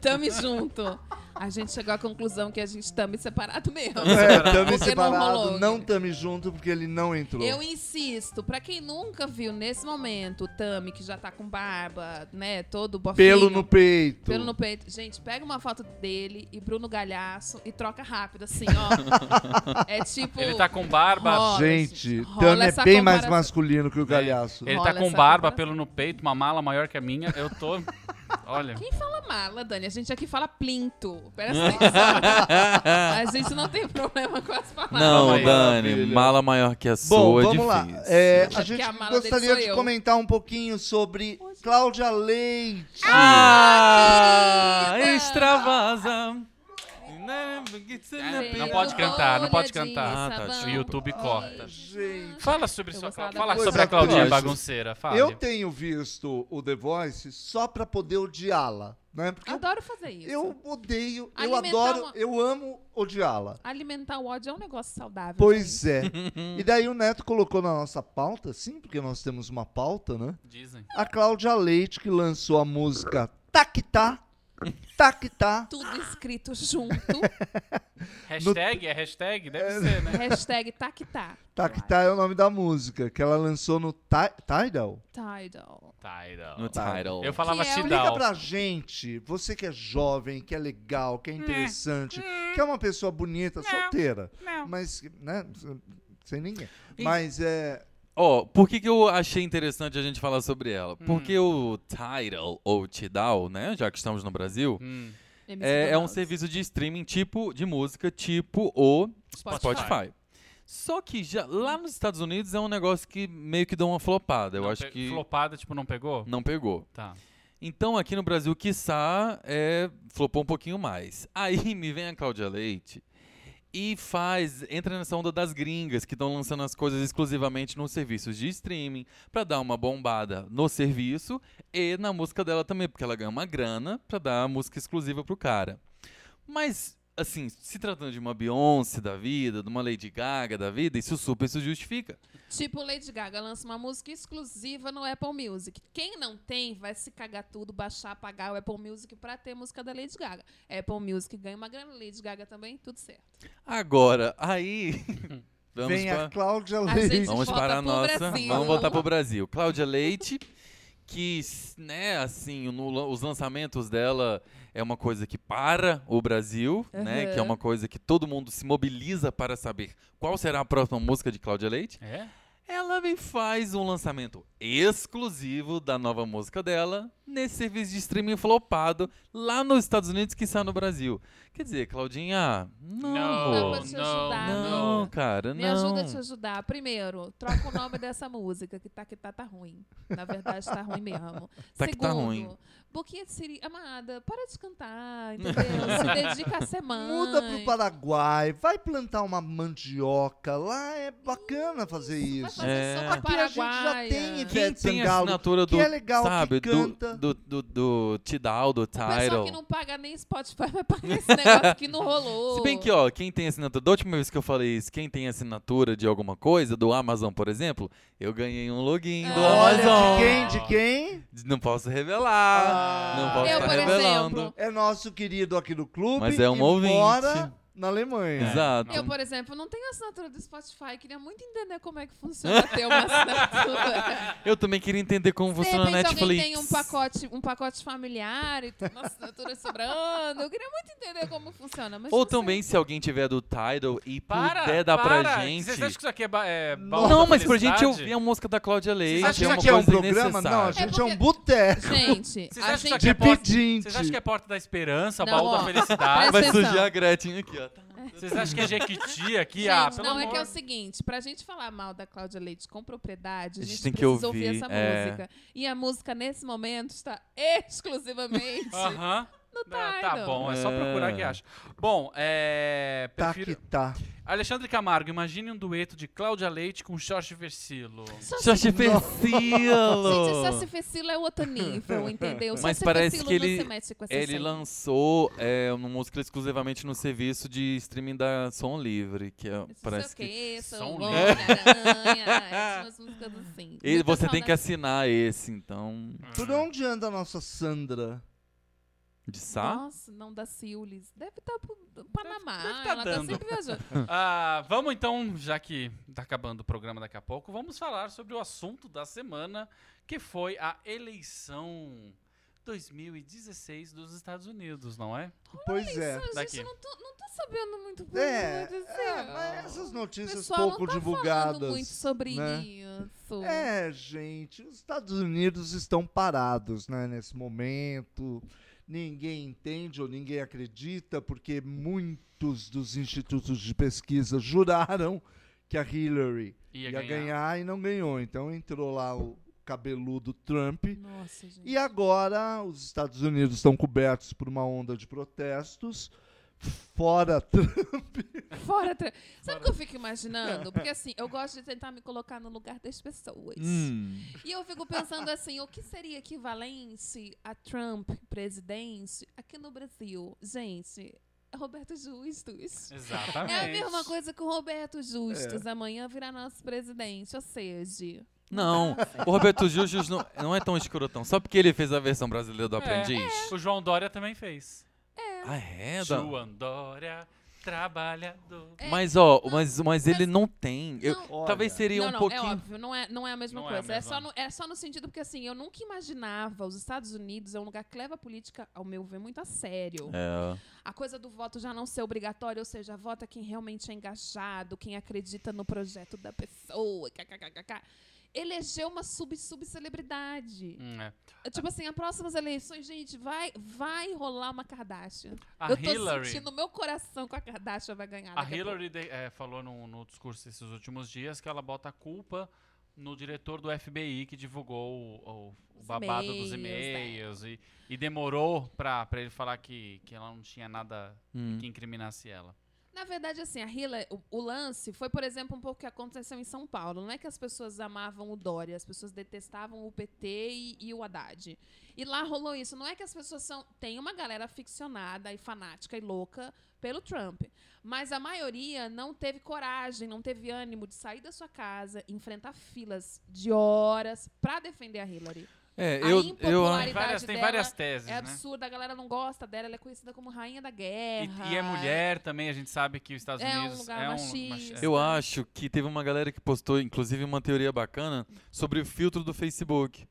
Tamo junto. A gente chegou à conclusão que a gente tamo separado mesmo. é, tame Porque não separado, rolou. não tame junto, porque ele não entrou. Eu insisto, pra quem nunca viu nesse momento o Tami, que já tá com barba, né, todo bofinho. Pelo no peito. Pelo no peito. Gente, pega uma foto dele e Bruno Galhaço e troca rápido, assim, ó. é tipo... Ele tá com barba. Ó, Gente, assim, Rola Tami é essa bem mais comparação. masculino que o Galhaço. Ele Rola tá com essa barba, comparação. pelo no peito, uma mala maior que a minha. Eu tô. Olha. Quem fala mala, Dani? A gente aqui fala plinto. Presta atenção. a gente não tem problema com as palavras. Não, Maravilha. Dani, mala maior que a Bom, sua é vamos lá. difícil. É, a Acho que gente a mala dele gostaria sou de eu. comentar um pouquinho sobre Cláudia Leite. Ah, querida! extravasa. É, não pode cantar, não pode cantar. Ah, tá, O YouTube corta. Gente, Fala sobre sua. gostava da Fala coisa sobre a Claudinha pior. bagunceira. Fala. eu tenho visto o The Voice só pra poder odiá-la, né? Porque Adoro fazer Ah, isso. eu odeio, eu Alimentar adoro, uma- eu amo odiá-la. Alimentar o ódio é um negócio saudável. Pois é. E daí o Neto colocou na nossa pauta, sim, porque nós temos uma pauta, né? Dizem. A Cláudia Leite, que lançou a música Taquitá, Taquitá, Tudo escrito junto. Hashtag? É hashtag? Deve ser, né? Hashtag tá taquitá. Taquitá é o nome da música, que ela lançou no Ti- Tidal. Tidal. Tidal. No Tá. title. Eu falava Que é o- Liga Tidal. pra gente, você que é jovem, que é legal, Hum. que é interessante, que é uma pessoa bonita, solteira, mas, né, sem ninguém. Mas é... Ó, por que, que eu achei interessante a gente falar sobre ela? Hum. Porque o Tidal, ou Tidal, né, já que estamos no Brasil, Hum. MC é, é um Ronaldo. serviço de streaming tipo de música, tipo o Spotify. Spotify. Só que já, lá nos Estados Unidos é um negócio que meio que deu uma flopada. Eu Não, acho pe- que Hum. Flopada, tipo, não pegou? não pegou. Tá. Então aqui no Brasil, quiçá, é, flopou um pouquinho mais. Aí me vem a Cláudia Leite e faz, entra nessa onda das gringas que estão lançando as coisas exclusivamente nos serviços de streaming pra dar uma bombada no serviço e na música dela também, porque ela ganha uma grana pra dar a música exclusiva pro cara. Mas assim, se tratando de uma Beyoncé da vida, de uma Lady Gaga da vida, isso super se justifica. Tipo Lady Gaga lança uma música exclusiva no Apple Music. Quem não tem vai se cagar tudo, baixar, pagar o Apple Music pra ter música da Lady Gaga. Apple Music ganha uma grana, Lady Gaga também, tudo certo. Agora, aí vamos Vem pra- a Cláudia A gente Leite. Vamos volta para a pro nossa. Brasil. Vamos voltar pro Brasil. Cláudia Leite, que, s- né, assim, o- no- os lançamentos dela é uma coisa que para o Brasil, né? Aham. Que é uma coisa que todo mundo se mobiliza para saber qual será a próxima música de Cláudia Leite. É? Ela me faz um lançamento exclusivo da nova música dela nesse serviço de streaming flopado lá nos Estados Unidos que está no Brasil. Quer dizer, Claudinha, não, Não, amor. vou te ajudar. não, não. cara, Me não. ajuda a te ajudar. Primeiro, troca o nome dessa música, que tá que tá, tá ruim. Na verdade, tá ruim mesmo. Tá que Segundo, tá ruim. Boquinha de Siri, amada, para de cantar, entendeu? Se dedica a ser mãe. Muda pro Paraguai, vai plantar uma mandioca. Lá é bacana fazer Vai isso. fazer É. sopa Aqui a gente já paraguaia. tem Quem Ivete tem a Sangalo, assinatura do, que é legal, que sabe, do- canta. Do, do, do Tidal, do O pessoal que Tidal. não paga nem Spotify vai pagar esse negócio que não rolou. Se bem que, ó, quem tem assinatura, da última vez que eu falei isso, quem tem assinatura de alguma coisa, do Amazon, por exemplo, eu ganhei um login do Ah. Olha, Amazon. de quem, de quem? Não posso revelar, Ah. não posso Eu, estar por tá revelando. exemplo. É nosso querido aqui do clube. Mas é um e ouvinte. mora na Alemanha. Exato. Eu, por exemplo, não tenho assinatura do Spotify. Queria muito entender como é que funciona ter uma assinatura. Eu também queria entender como De funciona a repente alguém Netflix. tem um pacote, um pacote familiar e tem uma assinatura sobrando. Eu queria muito entender como funciona. Mas Ou não sei. também, se alguém tiver do Tidal e Para! puder dar para. é pra gente... Vocês acham que isso aqui é, ba é baú Não, da mas pra felicidade? gente ouvir é a música da Cláudia Leite. acham é que Isso uma aqui é um coisa programa? Não, a necessária. gente é, um porque- boteco. Gente, Vocês a acham que isso gente... aqui é De porta... um pedinte. Vocês acham que é porta da esperança, Não, baú da ó, felicidade? presta Vai atenção. surgir a Gretchen aqui, ó. Vocês acham que é Jequiti aqui? Gente, ah, pelo não, é amor. que é o seguinte, pra gente falar mal da Cláudia Leite com propriedade, a A gente, gente tem que precisa ouvir, ouvir, essa é. música. E a música, nesse momento, está exclusivamente Aham. no Ah, Tidal. Tá bom, é só procurar que acha. Bom, é. Tá Prefiro... que tá. Alexandre Camargo, imagine um dueto de Cláudia Leite com Jorge Versilo. Só se- Jorge Gente, o Persilo! Sassi Fecilo é outro nível, entendeu? Mas Sassi parece Fecilo que não ele- se mete com essa Ele gente. lançou é, uma música exclusivamente no serviço de streaming da Som Livre, que é- Isso parece sei o que... quê, sou Som um homem aranha, umas músicas assim. E Muita você tem que saudade. assinar esse, então... Por é onde anda a nossa Sandra? De Sá? Nossa, não da Ciúlis. Deve estar pro Panamá. deve tá Ela tá dando. sempre viajando. Ah, vamos então, já que tá acabando o programa daqui a pouco, vamos falar sobre o assunto da semana, que foi a eleição 2016 dos Estados Unidos, não é? Pois é. Isso, a Daqui. gente não tô, não tô sabendo muito bem É, o que aconteceu. é, mas essas O notícias pessoal pouco não tá divulgadas. falando muito sobre né? isso. É, gente, os Estados Unidos estão parados, né, nesse momento. Ninguém entende ou ninguém acredita, porque muitos dos institutos de pesquisa juraram que a Hillary Ia, ia, ganhar. e não ganhou. Então entrou lá o cabeludo Trump. Nossa, gente. E agora os Estados Unidos estão cobertos por uma onda de protestos. Fora Trump. Fora tra... Sabe o que eu fico imaginando? Porque assim, eu gosto de tentar me colocar no lugar das pessoas. Hum. E eu fico pensando assim, o que seria equivalente a Trump presidente aqui no Brasil? Gente, é Roberto Justus. Exatamente. É. É a mesma coisa que o Roberto Justus amanhã virá nosso presidente, ou seja. Não, o Roberto Justus não, não é tão escrotão. Só porque ele fez a versão brasileira É. do Aprendiz. O João Dória também fez. Ah, é? Da... João Dória, trabalhador. É, Mas, ó, mas, mas ele não tem. Eu- Não. Olha. talvez seria não, um não, pouquinho. é óbvio, não é, não é a mesma Não é a coisa. É, mesma. só no, é só no sentido porque, assim, eu nunca imaginava os Estados Unidos é um lugar que leva a política, ao meu ver, muito a sério. É. A coisa do voto já não ser obrigatório, ou seja, vota quem realmente é engajado, quem acredita no projeto da pessoa, kkkk. Elegeu uma sub-sub-celebridade. Hum, é. Tipo assim, as próximas eleições, gente, vai, vai rolar uma Kardashian. A eu tô Hillary. sentindo meu coração que a Kardashian vai ganhar. A Ah, daqui pouco. Hillary de- eh, falou no, no discurso esses últimos dias que ela bota a culpa no diretor do FBI que divulgou o, o- o Os babado e-mails, dos né? e-mails e, e demorou pra, pra ele falar que, que ela não tinha nada Hum. que incriminasse ela. Na verdade, assim, a Hillary, o, o lance foi, por exemplo, um pouco o que aconteceu em São Paulo. Não é que as pessoas amavam o Dória, as pessoas detestavam o PT e, e o Haddad. E lá rolou isso. Não é que as pessoas são. Tem uma galera aficionada e fanática e louca pelo Trump. Mas a maioria não teve coragem, não teve ânimo de sair da sua casa, enfrentar filas de horas pra defender a Hillary. É, eu, A eu, Tem impopularidade- A várias, idade tem dela várias teses, É né? absurdo, a galera não gosta dela, ela é conhecida como rainha da E, guerra. e é mulher também, a gente sabe que os Estados É um Unidos lugar é um machista. machi- eu acho que teve uma galera que postou, inclusive, uma teoria bacana sobre o filtro do Facebook.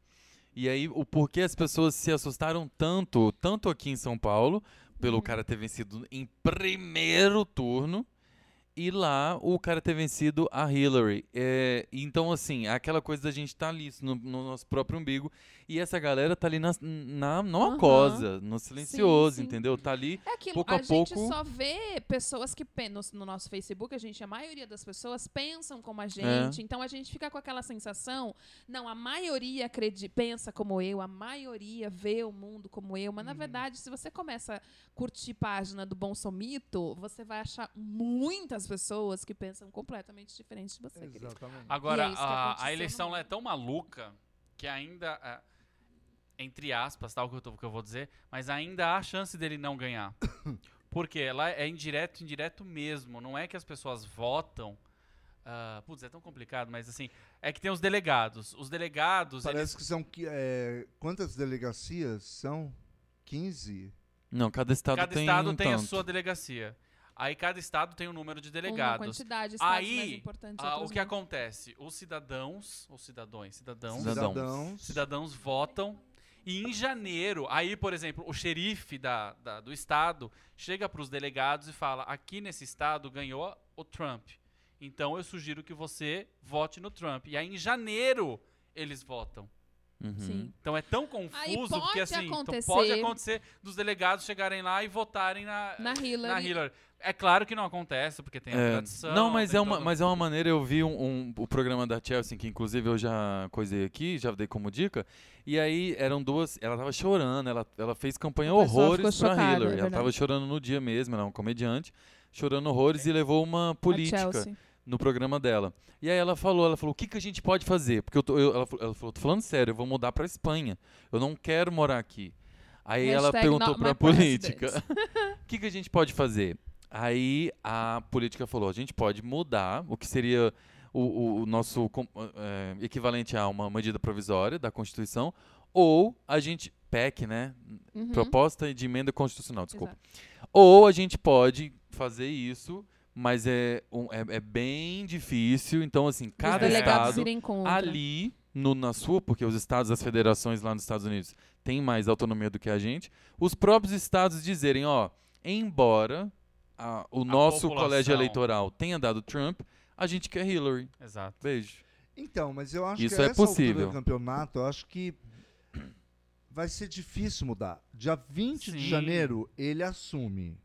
E aí, o porquê as pessoas se assustaram tanto, tanto aqui em São Paulo, pelo Uhum. cara ter vencido em primeiro turno, e lá o cara ter vencido a Hillary. É, então, assim, aquela coisa da gente estar tá ali no, no nosso próprio umbigo, e essa galera tá ali na, na, na Aham. alcosa, no silencioso, sim. entendeu? Tá ali É aquilo, Pouco a, a gente pouco- só vê pessoas que pen- no, no nosso Facebook, a gente, a maioria das pessoas pensam É. como a gente, então a gente fica com aquela sensação, não, a maioria acredi- pensa como eu, a maioria vê o mundo como eu, Uhum. mas na verdade, se você começa a curtir página do Bonsomito, você vai achar muitas pessoas que pensam completamente diferente de você. querido. Exatamente. Agora, E é isso que a, aconteceu a no eleição lá é mundo. tão maluca que ainda, ah, entre aspas, tal que eu, tô- que eu vou dizer, mas ainda há chance dele não ganhar. Porque ela é indireto, indireto mesmo. Não é que as pessoas votam. ah, putz, é tão complicado, mas assim, é que tem os delegados. Os delegados, eles Parece que são. qui- é, quantas delegacias são? 15? Não, cada estado cada tem estado um tem a tanto. sua delegacia. Aí cada estado tem um número de Uma delegados. quantidade, estados mais Aí, importantes, ah, o outros que não. acontece? Os cidadãos, ou cidadões, cidadãos, Cidadãos. cidadãos votam. E em janeiro, aí, por exemplo, o xerife da, da- do estado chega para os delegados e fala: aqui nesse estado ganhou o Trump. Então eu sugiro que você vote no Trump. E aí em janeiro eles votam. Uhum. Sim. Então é tão Aí confuso pode que assim então acontecer- pode acontecer dos delegados chegarem lá e votarem na, Na Hillary. na É claro que não acontece, porque tem a É, tradição. não, mas tem é, uma, todo- mas é uma maneira. Eu vi um, um- o programa da Chelsea, que inclusive eu já coisei aqui, já dei como dica. E aí eram duas. Ela tava chorando, ela, ela fez campanha O pessoal horrores ficou pra chocado, é Hillary. ela verdade. tava chorando no dia mesmo, ela é uma comediante, chorando horrores e levou uma A política Chelsea. no programa dela. E aí ela falou, ela falou, o que, que a gente pode fazer? Porque eu tô, eu- ela, falou- ela falou, tô falando sério, eu vou mudar pra Espanha. Eu não quero morar aqui. Aí ela Hashtag é perguntou not pra my política, o que, que a gente pode fazer? Aí a política falou, a gente pode mudar o que seria o, o- o nosso com- eh, equivalente a uma medida provisória da Constituição, ou a gente, PEC, né? Uhum. Proposta de emenda constitucional, desculpa. Exato. Ou a gente pode fazer isso, mas é, um- é, é bem difícil. Então, assim, cada Os delegados estado irem contra. ali, no, na sua, porque os estados, as federações lá nos Estados Unidos têm mais autonomia do que a gente, os próprios estados dizerem, ó, embora a- o nosso população. colégio eleitoral tenha dado Trump, a gente quer Hillary. Exato. Beijo. Então, mas eu acho Isso que é a essa altura possível. do campeonato, eu acho que vai ser difícil mudar. Dia 20 Sim. de janeiro, ele assume.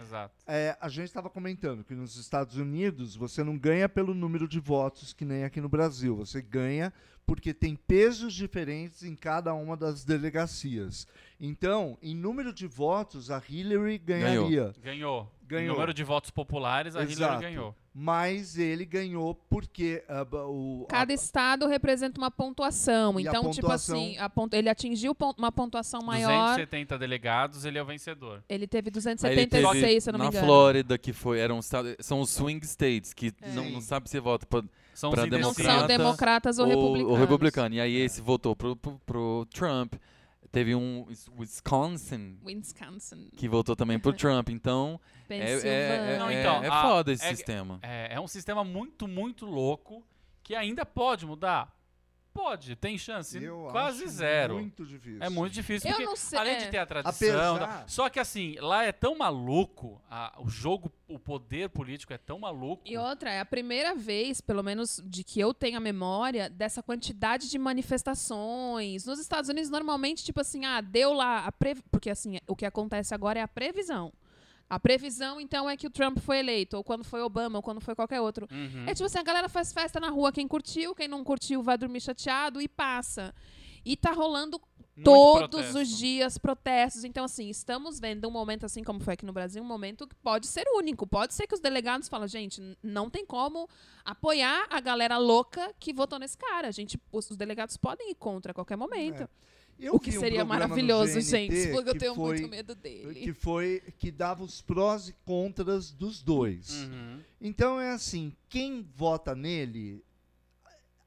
Exato. É, a gente estava comentando que nos Estados Unidos você não ganha pelo número de votos que nem aqui no Brasil. Você ganha porque tem pesos diferentes em cada uma das delegacias. Então, em número de votos, a Hillary ganharia. Ganhou. Ganhou. Número de votos populares, a Exato. Hillary ganhou. Mas ele ganhou porque ah, ba- o, a- Cada estado representa uma pontuação. E a Então, pontuação- tipo assim, a pontu- ele atingiu pon- uma pontuação maior. 270 delegados, ele é o vencedor. Ele Aí teve ele 276, teve se eu não me na engano. Flórida, que foi, era um estado, são os swing states, que É. não, não sabe se vota pra, São Pra os Não indecisos. são Democrata democratas ou, republicanos. o republicano. E aí esse votou pro, pro, pro Trump. Teve um Wis- Wisconsin Wisconsin, que votou também pro Trump. Então, é, é, é, Uhum. Pensilvânia. Não, é- então, é a- foda esse é- sistema. É, é um sistema muito, muito louco que ainda pode mudar. Pode, tem chance. eu quase acho zero. Muito difícil. É muito difícil. Eu porque não sei, Além é. de ter a tradição. Apesar- da- Só que assim, lá é tão maluco, a- o jogo, o poder político é tão maluco. E outra, é a primeira vez, pelo menos de que eu tenho a memória, dessa quantidade de manifestações. Nos Estados Unidos, normalmente, tipo assim, ah, deu lá a pre... Porque assim, o que acontece agora é a previsão. A previsão, então, é que o Trump foi eleito, ou quando foi Obama, ou quando foi qualquer outro. Uhum. É tipo assim, a galera faz festa na rua, quem curtiu, quem não curtiu vai dormir chateado e passa. E tá rolando Muito todos protesto. os dias protestos. Então, assim, estamos vendo um momento, assim como foi aqui no Brasil, um momento que pode ser único. Pode ser que os delegados falem, gente, n- não tem como apoiar a galera louca que votou nesse cara. A gente, os, os delegados podem ir contra a qualquer momento. É, Eu O que vi um seria programa no maravilhoso, GNT gente, porque que eu tenho foi- muito medo dele. Que foi que dava os prós e contras dos dois. Uhum. Então é assim, quem vota nele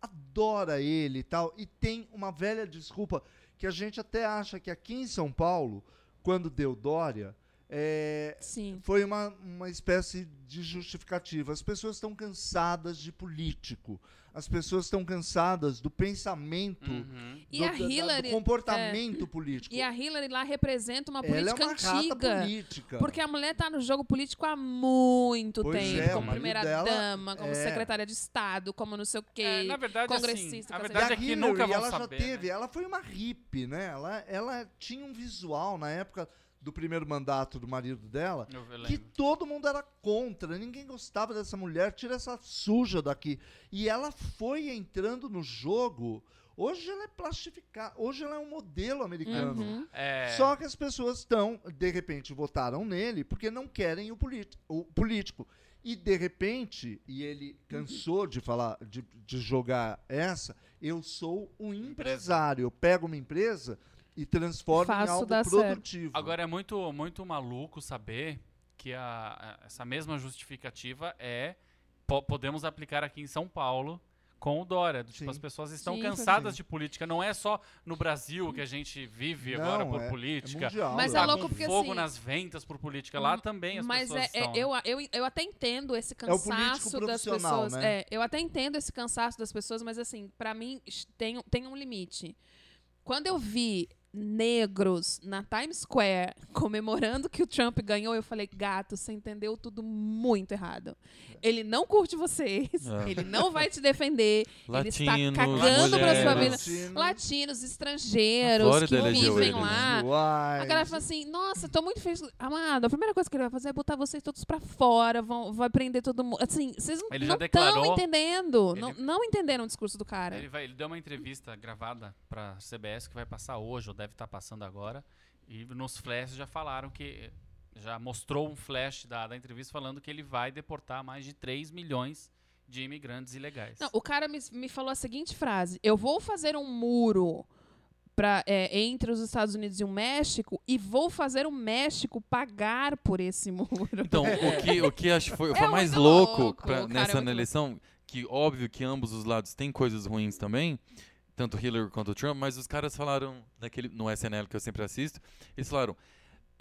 adora ele e tal, e tem uma velha desculpa que a gente até acha que aqui em São Paulo, quando deu Dória, é, Sim. foi uma, uma espécie de justificativa. As pessoas estão cansadas de político, as pessoas estão cansadas do pensamento, Uhum. E do, a da- da- do Hillary. é. comportamento político. E a Hillary lá representa uma Ela é política uma antiga. rata política. Porque a mulher tá no jogo político há muito Pois tempo, é, o como marido dela primeira-dama, como é. secretária de Estado, como não sei o quê. É, na verdade, assim, congressista, a coisa E a verdade é que Hillary, nunca vão ela saber. já né? teve, ela foi uma hippie, né? Ela, ela tinha um visual na época do primeiro mandato do marido dela Eu lembro. que todo mundo era contra, ninguém gostava dessa mulher, tira essa suja daqui. E ela foi entrando no jogo. Hoje ela é plastificada, hoje ela é um modelo americano. Uhum. É, Só que as pessoas estão, de repente, votaram nele porque não querem o, polit- o político. E de repente, e ele cansou de falar, de, de jogar essa, eu sou um empresário. Eu pego uma empresa e transformo em Faço algo dar certo. produtivo. Agora é muito, muito maluco saber que a- a- essa mesma justificativa é po- podemos aplicar aqui em São Paulo com o Dória. Do Tipo, Sim. as pessoas estão Sim, cansadas sim. de política. Não é só no Brasil que a gente vive Não, agora por é- é política. mundial, Mas né? é Tá louco com porque, fogo assim, hum, nas ventas por política. Lá também as Mas pessoas é, é- estão. né? eu, né? eu, eu até entendo esse É o político cansaço das profissional, pessoas. né? É, eu até entendo esse cansaço das pessoas, mas assim, pra mim sh- tem, um- tem um limite. Quando eu vi negros na Times Square comemorando que o Trump ganhou, eu falei, gato, você entendeu tudo muito errado. Ele não curte vocês, É. ele não vai te defender, ele Latinos, está cagando pra sua vida. mulheres. Latino. Latinos, A estrangeiros que Flórida elegeu vivem ele, né? lá. Uai. A galera fala assim, nossa, tô muito feliz. Amado, a primeira coisa que ele vai fazer é botar vocês todos pra fora, vão, vai prender todo mundo. Assim, vocês não Ele já estão declarou. entendendo. Ele- Não, não entenderam o discurso do cara. Ele, vai- ele deu uma entrevista gravada pra CBS que vai passar hoje, ou deve estar passando agora. E nos flashes já falaram que. Já mostrou um flash da, da entrevista falando que ele vai deportar mais de 3 milhões de imigrantes ilegais. Não, o cara me, me falou a seguinte frase: Eu vou fazer um muro pra, é, entre os Estados Unidos e o México e vou fazer o México pagar por esse muro. Então, o que, o que acho foi, foi É mais muito louco, louco, pra- cara, é nessa muito eleição, que óbvio que ambos os lados têm coisas ruins também, tanto Hillary quanto Trump, mas os caras falaram naquele, no SNL que eu sempre assisto, eles falaram,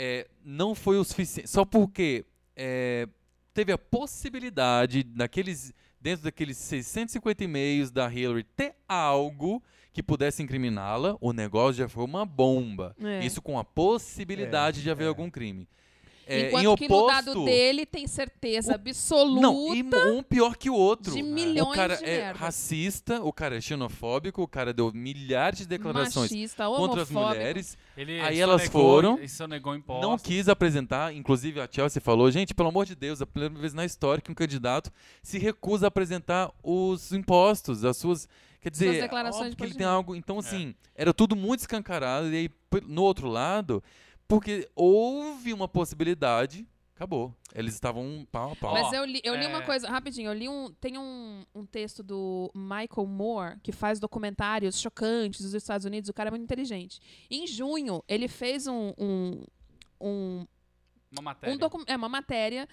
é, não foi o suficiente, só porque é, teve a possibilidade daqueles dentro daqueles 650 e-mails da Hillary ter algo que pudesse incriminá-la, o negócio já foi uma bomba. É. Isso com a possibilidade de haver algum crime. É, Enquanto em que no dado oposto- dele tem certeza O- absoluta. não, e um pior que o outro. de milhões o cara de é merdas. racista, o cara é xenofóbico, o cara deu milhares de declarações machista, contra as homofóbico. mulheres, Ele Aí sonegou- elas foram, ele sonegou impostos. não quis apresentar, inclusive a Chelsea falou, gente, pelo amor de Deus, é a primeira vez na história que um candidato se recusa a apresentar os impostos, as suas, quer dizer, é Suas declarações óbvio de que ele imposto tem de algo, então assim, era tudo muito escancarado e aí p- no outro lado, porque houve uma possibilidade Acabou. Eles estavam um pau a pau. Mas Ó, eu li, eu li uma é- coisa, rapidinho, eu li um. Tem um, um texto do Michael Moore que faz documentários chocantes dos Estados Unidos. O cara é muito inteligente. Em junho, ele fez um. um, um, Uma um matéria. docu- é, uma matéria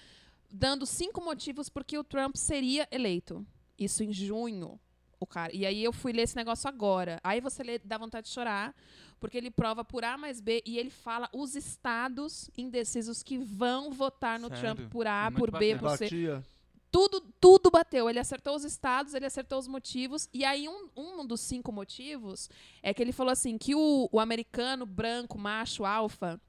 dando cinco motivos por que o Trump seria eleito. Isso em junho. O cara. E aí eu fui ler esse negócio agora. Aí você lê, dá vontade de chorar, porque ele prova por A mais B e ele fala os estados indecisos que vão votar no Sério? Trump por A, É muito por B, bacana. por C Batia. tudo, tudo bateu. Ele acertou os estados, ele acertou os motivos. E aí, um, um dos cinco motivos é que ele falou assim: que o, o americano branco, macho, alfa,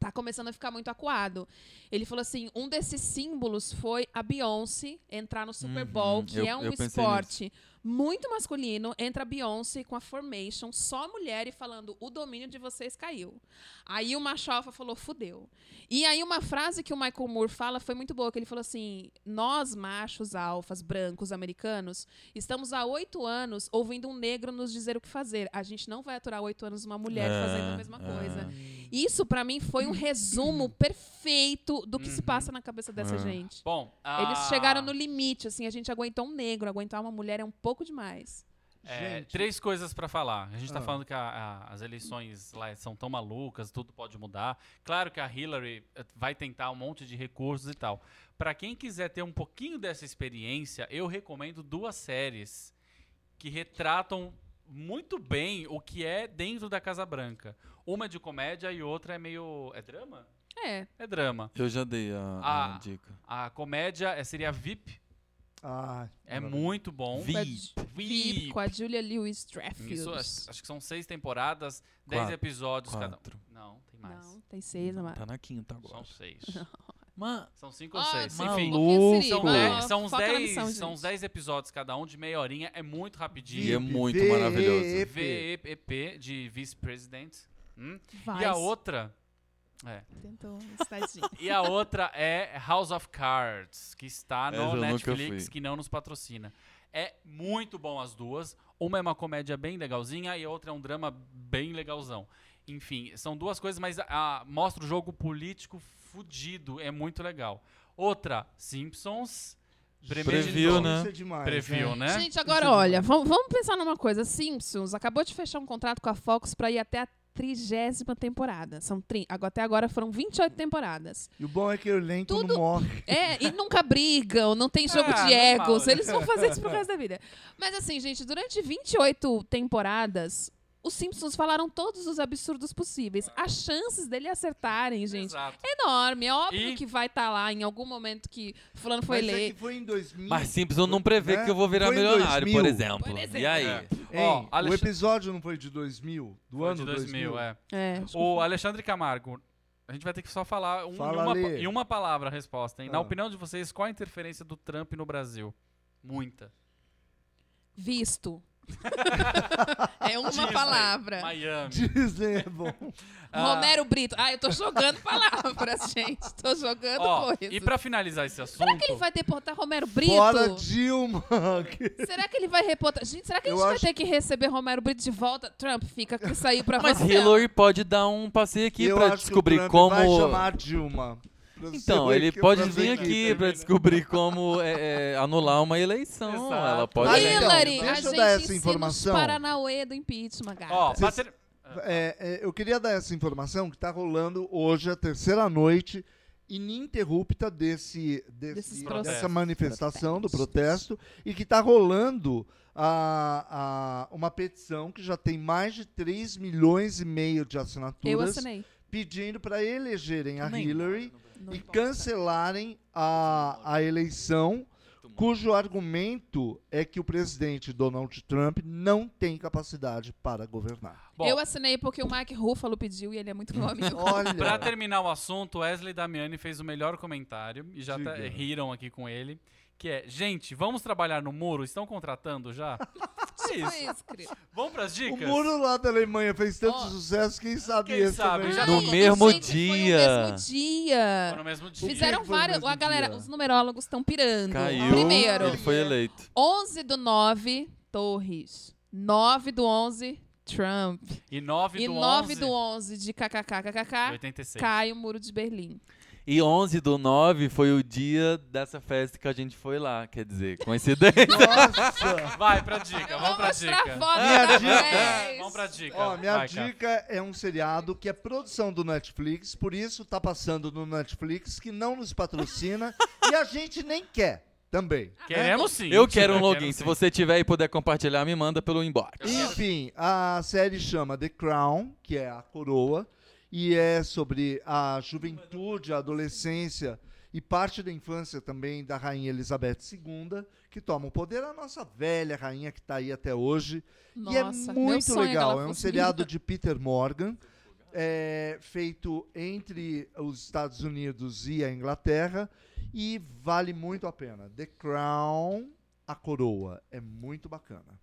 tá começando a ficar muito acuado. Ele falou assim: um desses símbolos foi a Beyoncé entrar no Super Uhum, Bowl, que eu- é um eu pensei esporte muito masculino. Entra a Beyoncé com a Formation, só mulher, e falando: o domínio de vocês caiu. Aí o macho alfa falou: fudeu. E aí uma frase que o Michael Moore fala foi muito boa, que ele falou assim: nós, machos alfas, brancos, americanos, estamos há oito anos ouvindo um negro nos dizer o que fazer. A gente não vai aturar oito anos uma mulher Ah, fazendo a mesma ah. coisa. Isso, pra mim, foi um resumo perfeito do que se passa na cabeça dessa Uhum. Ah. gente. Bom, a- Eles chegaram no limite, assim, a gente aguentou um negro, aguentar uma mulher é um pouco demais. É, Gente. três coisas pra falar. A gente tá Ah. falando que a- a- as eleições lá são tão malucas, tudo pode mudar. Claro que a Hillary eh, vai tentar um monte de recursos e tal. Pra quem quiser ter um pouquinho dessa experiência, eu recomendo duas séries que retratam muito bem o que é dentro da Casa Branca. Uma é de comédia e outra é meio. É drama? É. É drama. Eu já dei a, a Ah. dica. A comédia é- seria VIP. Ah, É maravilha. muito bom. Vi- com a Veep. Ju- Veep, Com a Julia Lewis Isso, é Dreyfus. acho, acho que são seis temporadas, dez Quatro. episódios Quatro. cada um. Não, tem mais. Não, tem seis, não é? Tá na quinta São agora. seis. Mano, São cinco ou Ah, seis. maluco. Enfim. Louco. Siri, São, vai lá, dez, são, uns foca na dez, missão, são gente. uns dez episódios cada um, de meia horinha. É muito rapidinho. e é muito VEP. maravilhoso. VEP de vice-president. Hum? Vai. E a outra. É. Tentou estadinho. E a outra é House of Cards, que está Essa no eu nunca Netflix, fui. que não nos patrocina. É muito bom as duas. Uma é uma comédia bem legalzinha e a outra é um drama bem legalzão. Enfim, são duas coisas, mas a- mostra o jogo político fudido. É muito legal. Outra, Simpsons. Preview, né? Isso é demais, Preview, né? Gente, agora olha, vamos, vamos pensar numa coisa. Simpsons acabou de fechar um contrato com a Fox pra ir até a trigésima temporada. São tri... agora- Até agora foram 28 temporadas. E o bom é que o elenco Tudo- não morre. É, e nunca brigam, não tem jogo Ah, de normal, egos. né? Eles vão fazer isso pro resto da vida. Mas assim, gente, durante 28 temporadas, os Simpsons falaram todos os absurdos possíveis. As chances dele acertarem, gente, Exato. é enorme. É óbvio E- que vai estar lá em algum momento que fulano foi Mas é ler. que foi em 2000. Mas Simpson não prevê Né? que eu vou virar Foi em milionário, por 2000. exemplo. Por exemplo. E aí? É. Ei, Ó, O Alexandre- episódio não foi de 2000? Do Foi ano de 2000, é. É, acho que O Alexandre Camargo, a gente vai ter que só falar um- Fala, em, uma, pa- Ale. em uma palavra a resposta, hein? Na Ah. opinião de vocês, qual a interferência do Trump no Brasil? Muita. Visto. é uma Disney, palavra. Miami. Disney é bom. Ah. Romero Brito. Ah, eu tô jogando palavras, gente. Tô jogando Ó, coisas. e pra finalizar esse assunto. Será é que ele vai deportar Romero Brito? Fora Dilma. que- Será que ele vai reportar? Gente, será que a gente Eu vai acho- ter que receber Romero Brito de volta? Trump, fica que isso aí pra Mas você. Hillary pode dar um passeio aqui eu pra acho que o descobrir Trump como. Vai chamar a Dilma. Pra Então, ser ele aqui, né? pode pra vir ver aqui quem- pra descobrir como é, é, anular uma eleição. Exato. Ela Ah, pode. então, Hillary, deixa a eu gente dar essa ensina informação. os Paranauê do impeachment, gata. Ó, pra Vocês- ter- É, é, eu queria dar essa informação que tá rolando hoje, a terceira noite ininterrupta desse, Desses desse, dessa protestos. manifestação do Protestos. protesto e que tá rolando a, a- uma petição que já tem mais de 3 milhões e meio de eu assinaturas assinei. pedindo para elegerem a Nem Hillary Não e importa. cancelarem a, a eleição, cujo argumento é que o presidente Donald Trump não tem capacidade para governar. Bom, Eu assinei porque o Mike Ruffalo pediu e ele é muito meu amigo. pra Olha, terminar o assunto, Wesley Damiani fez o melhor comentário e já tá- Diga. riram aqui com ele. Que é, gente, vamos trabalhar no muro? Estão contratando já? é Tipo isso. isso, querido. Vamos pras o dicas? muro lá da Alemanha fez tanto Ó, sucesso, quem sabe quem esse sabe, também. já- No Ai, mesmo gente, Foi dia. no mesmo dia. Foi no mesmo dia. Fizeram foi no várias. mesmo A galera, dia? os numerólogos estão pirando. Caiu. Primeiro, Ele foi eleito. 11 do 9, Torres. 9 do 11, Trump. E 9 E do 9 11, do 11 de KKKKK, 86. cai o muro de Berlim. E 11 do 9 foi o dia dessa festa que a gente foi lá, quer dizer, coincidência. Nossa! Vai pra dica, Eu vamos vou pra mostrar dica. foto Minha da dica. vez. Tá, Vamos pra dica. É Ó, minha Vai, cara. dica é um seriado que é produção do Netflix, por isso tá passando no Netflix, que não nos patrocina e a gente nem quer também. Queremos sim. Eu quero um Eu login. Se sim. você tiver e puder compartilhar, me manda pelo inbox. Enfim, a série chama The Crown, que é a coroa, e é sobre a juventude, a adolescência e parte da infância também da rainha Elizabeth II, que toma o poder, a nossa velha rainha que tá aí até hoje. e é Nossa, meu muito sonho que legal. ela É um fosse seriado de Peter Morgan, é, feito entre os Estados Unidos e a Inglaterra, e vale muito a pena. The Crown, a coroa. É muito bacana.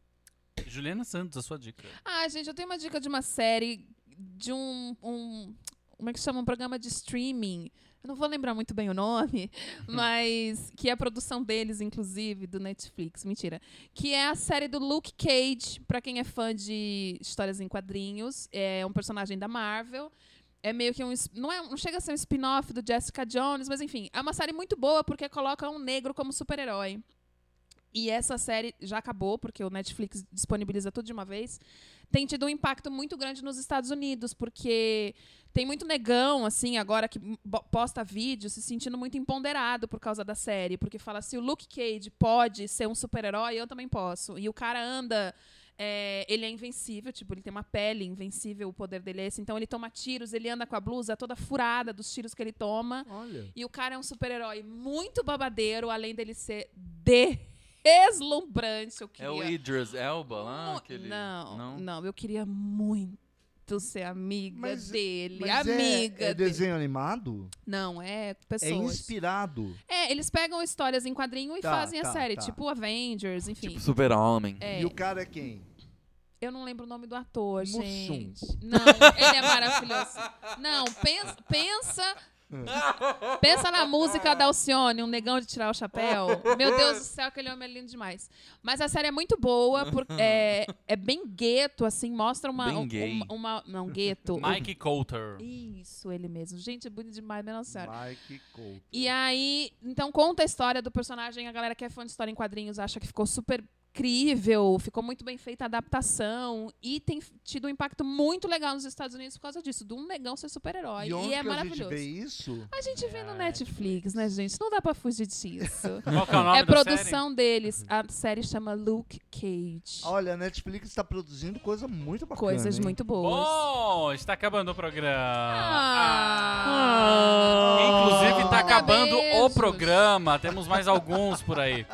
Juliana Santos, a sua dica. Ah, gente, eu tenho uma dica de uma série de um. um- como é que chama? Um programa de streaming. Eu não vou lembrar muito bem o nome, mas. Que é a produção deles, inclusive, do Netflix. Mentira. Que é a série do Luke Cage, pra quem é fã de histórias em quadrinhos. É um personagem da Marvel. É meio que um. es- Não, é, não chega a ser um spin-off do Jessica Jones, mas enfim. É uma série muito boa porque coloca um negro como super-herói. E essa série já acabou, porque o Netflix disponibiliza tudo de uma vez. Tem tido um impacto muito grande nos Estados Unidos, porque tem muito negão, assim, agora que bo- posta vídeo, se sentindo muito empoderado por causa da série. Porque fala assim: o Luke Cage pode ser um super-herói, eu também posso. E o cara anda. é, ele é invencível, tipo, ele tem uma pele invencível, o poder dele é esse. Então ele toma tiros, ele anda com a blusa toda furada dos tiros que ele toma. Olha. E o cara é um super-herói muito babadeiro, além dele ser deslumbrante. Eu queria... É o Idris Elba lá? Mu- Aquele... Não, não, não? eu queria muito ser amiga Mas- dele. Mas é- amiga É, dele. desenho animado? Não, é É pessoas. inspirado. É, eles pegam histórias em quadrinho e Tá, fazem tá, a série, tá. tipo Avengers, enfim. Tipo super-homem. É, E o cara é quem? Eu não lembro o nome do ator, Mussum. gente. Não, ele é maravilhoso. Não, pensa, pensa, pensa na música da Alcione, um negão de tirar o chapéu. Meu Deus do céu, aquele homem é lindo demais. Mas a série é muito boa, porque é, é bem gueto, assim, mostra uma, Bem um- gay. uma, uma- não gueto. Mike Coulter. Isso, ele mesmo. Gente, é bonito demais, minha nossa senhora. Mike Coulter. E aí, então conta a história do personagem. A galera que é fã de história em quadrinhos acha que ficou super incrível, ficou muito bem feita a adaptação e tem f- tido um impacto muito legal nos Estados Unidos por causa disso, de um negão ser super-herói. E, E, onde é que a gente maravilhoso. vê isso? A gente vê no Netflix, né, gente? Não dá pra fugir disso. Qual que é o nome é da série? produção deles. A série chama Luke Cage. Uhum. Olha, a Netflix está produzindo coisa muito bacana. Coisas hein? muito boas. Bom, está acabando o programa. Ah. Inclusive, está Ah. acabando o Beijos. programa. Temos mais alguns por aí.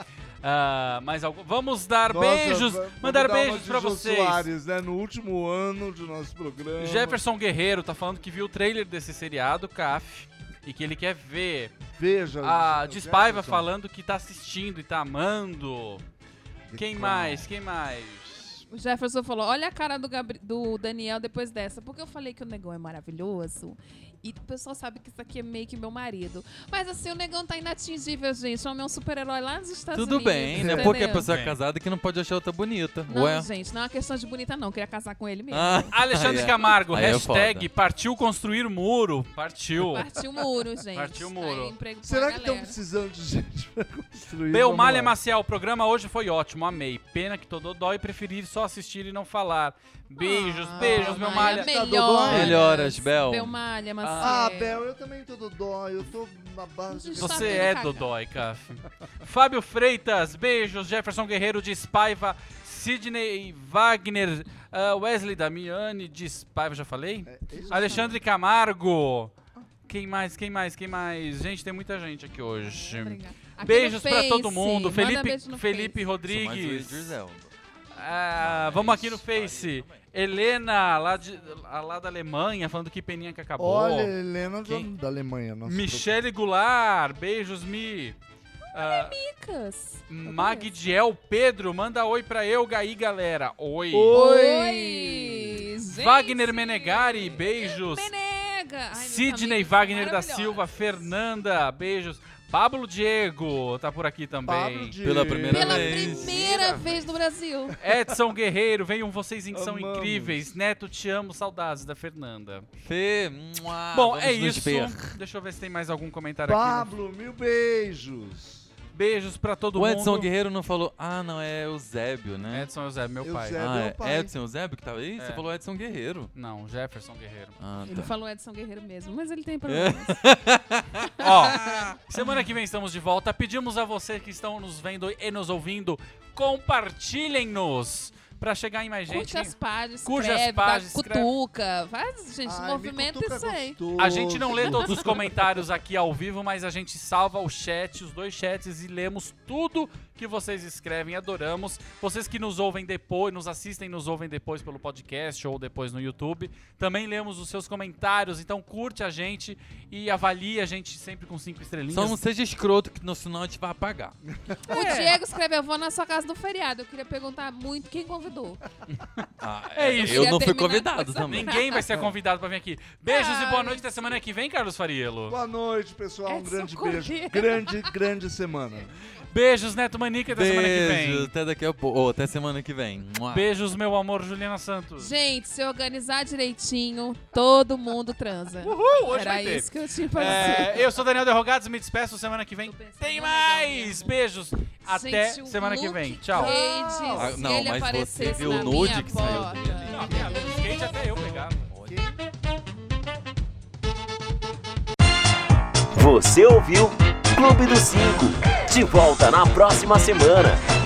Ah, mais algum... Vamos dar Nossa, beijos, va- vamos mandar dar uma beijos de pra Jô vocês. Soares, né? No último ano de nosso programa. Jefferson Guerreiro tá falando que viu o trailer desse seriado, CAF, e que ele quer ver. Veja. A Jefferson. Despaiva falando que tá assistindo e tá amando. Quem mais? Quem mais? O Jefferson falou: olha a cara do, Gabri- do Daniel depois dessa. Porque eu falei que o negão é maravilhoso. E o pessoal sabe que isso aqui é meio que meu marido. Mas assim, o negão tá inatingível, gente. O homem é um super-herói lá nos Estados Tudo Unidos. bem, né? entendeu? Porque a pessoa é Bem. casada que não pode achar outra bonita. Não, Ué? gente, não é uma questão de bonita, não. Eu queria casar com ele mesmo. Ah, Alexandre aí é- Camargo, aí é foda. hashtag partiu construir muro. Partiu. Partiu o muro, gente. Partiu o muro. Aí, emprego pra Será que estão galera. precisando de gente pra construir? Belmalha Vamos lá. Maciel, o programa hoje foi ótimo, amei. Pena que todo dói e preferir só assistir e não falar. Beijos, Ah, beijos, Maia, Belmalha. Dodói? Melhoras. Melhoras, Bel. Belmalha, Maciel. Ah, Bel, eu também tô dodói. Eu tô na base de... é. Você Você vendo é cagar. Dodói, Caf. Fábio Freitas, beijos. Jefferson Guerreiro de Spaiva, Sidney Wagner, ah, Wesley Damiani de Spaiva, já falei? É, Alexandre Camargo. Quem mais, quem mais, quem mais? Gente, tem muita gente aqui hoje. Obrigada. Aqui Beijos no pra Face, todo mundo. manda Felipe, beijo no Felipe Sou mais um é o Rodrigues. Idris Elba. Ah, Mas vamos aqui no aí Face. também. Helena, lá, de- a- lá da Alemanha, falando que peninha que acabou. Olha, Helena já- Quem? da Alemanha. Nossa, Michele Goulart, beijos, Mi. Ah, Face. Magdiel Pedro, manda oi pra eu, Gaí, galera. Oi. Oi! gente. Wagner Menegari, beijos. Menega! Ai, meu Sidney amigo, Wagner da maravilhosa. Silva, Fernanda, beijos. Pablo Diego tá por aqui também. Pablo Diego. Pela primeira Pela vez. primeira vez no Brasil. Ah, Edson Guerreiro, venham vocês em- são Amamos. incríveis. Neto, te amo, saudades da Fernanda. Fê, Ah, mua, Bom, vamos é nos isso. ver. Deixa eu ver se tem mais algum comentário aqui. Pablo, mil beijos. Beijos pra todo O Edson mundo. Guerreiro não falou. Ah, não, é Eusébio, né? Edson Eusébio, meu pai. Eusébio. ah, meu é pai. Edson Eusébio que tava aí? É. Você falou Edson Guerreiro. Não, Jefferson Guerreiro. Ah, Ele tá. falou Edson Guerreiro mesmo, mas É. ele tem problemas. Ó, semana que vem estamos de volta. Pedimos a vocês que estão nos vendo e nos ouvindo, compartilhem-nos pra chegar em mais gente. Curte as páginas, Curte as escreve, páginas, dá cutuca. Faz, gente, Ai, movimenta me cutuca é isso aí. gostoso. A gente não lê todos os comentários aqui ao vivo, mas a gente salva o chat, os dois chats e lemos tudo que vocês escrevem, adoramos. Vocês que nos ouvem depois, nos assistem, nos ouvem depois pelo podcast ou depois no YouTube, também lemos os seus comentários, então curte a gente e avalie a gente sempre com cinco estrelinhas. Só não seja escroto, que no sinal a gente vai apagar. É. O Diego escreve, eu vou na sua casa no feriado. Eu queria perguntar muito quem convidou. Ah, É isso. Eu não fui Queria terminar com convidado essa- também. Ninguém vai ser convidado pra vir aqui. Beijos e boa Ai. noite até semana que vem, Carlos Fariello. Boa noite, pessoal. Um Edson grande Cordeiro. beijo. Grande, grande semana. Beijos, Neto Manica, até semana que Beijo, vem. até daqui a pouco. Ou até semana que vem. Mua. Beijos, meu amor, Juliana Santos. Gente, se organizar direitinho, todo mundo transa. Uhul, hoje Era vai ter. isso que eu tinha pra dizer. É, eu sou Daniel Derrogados, me despeço semana que vem. Tô pensando um Tem na razão mais! mesmo. Beijos! Até Gente, o semana que Luke vem. Tchau. Cage, Ah, um se não, ele mas você aparecesse viu o na nude minha que saiu porta. dele? Não, cara, no skate até eu pegava. Você ouviu Clube dos Cinco. De volta na próxima semana.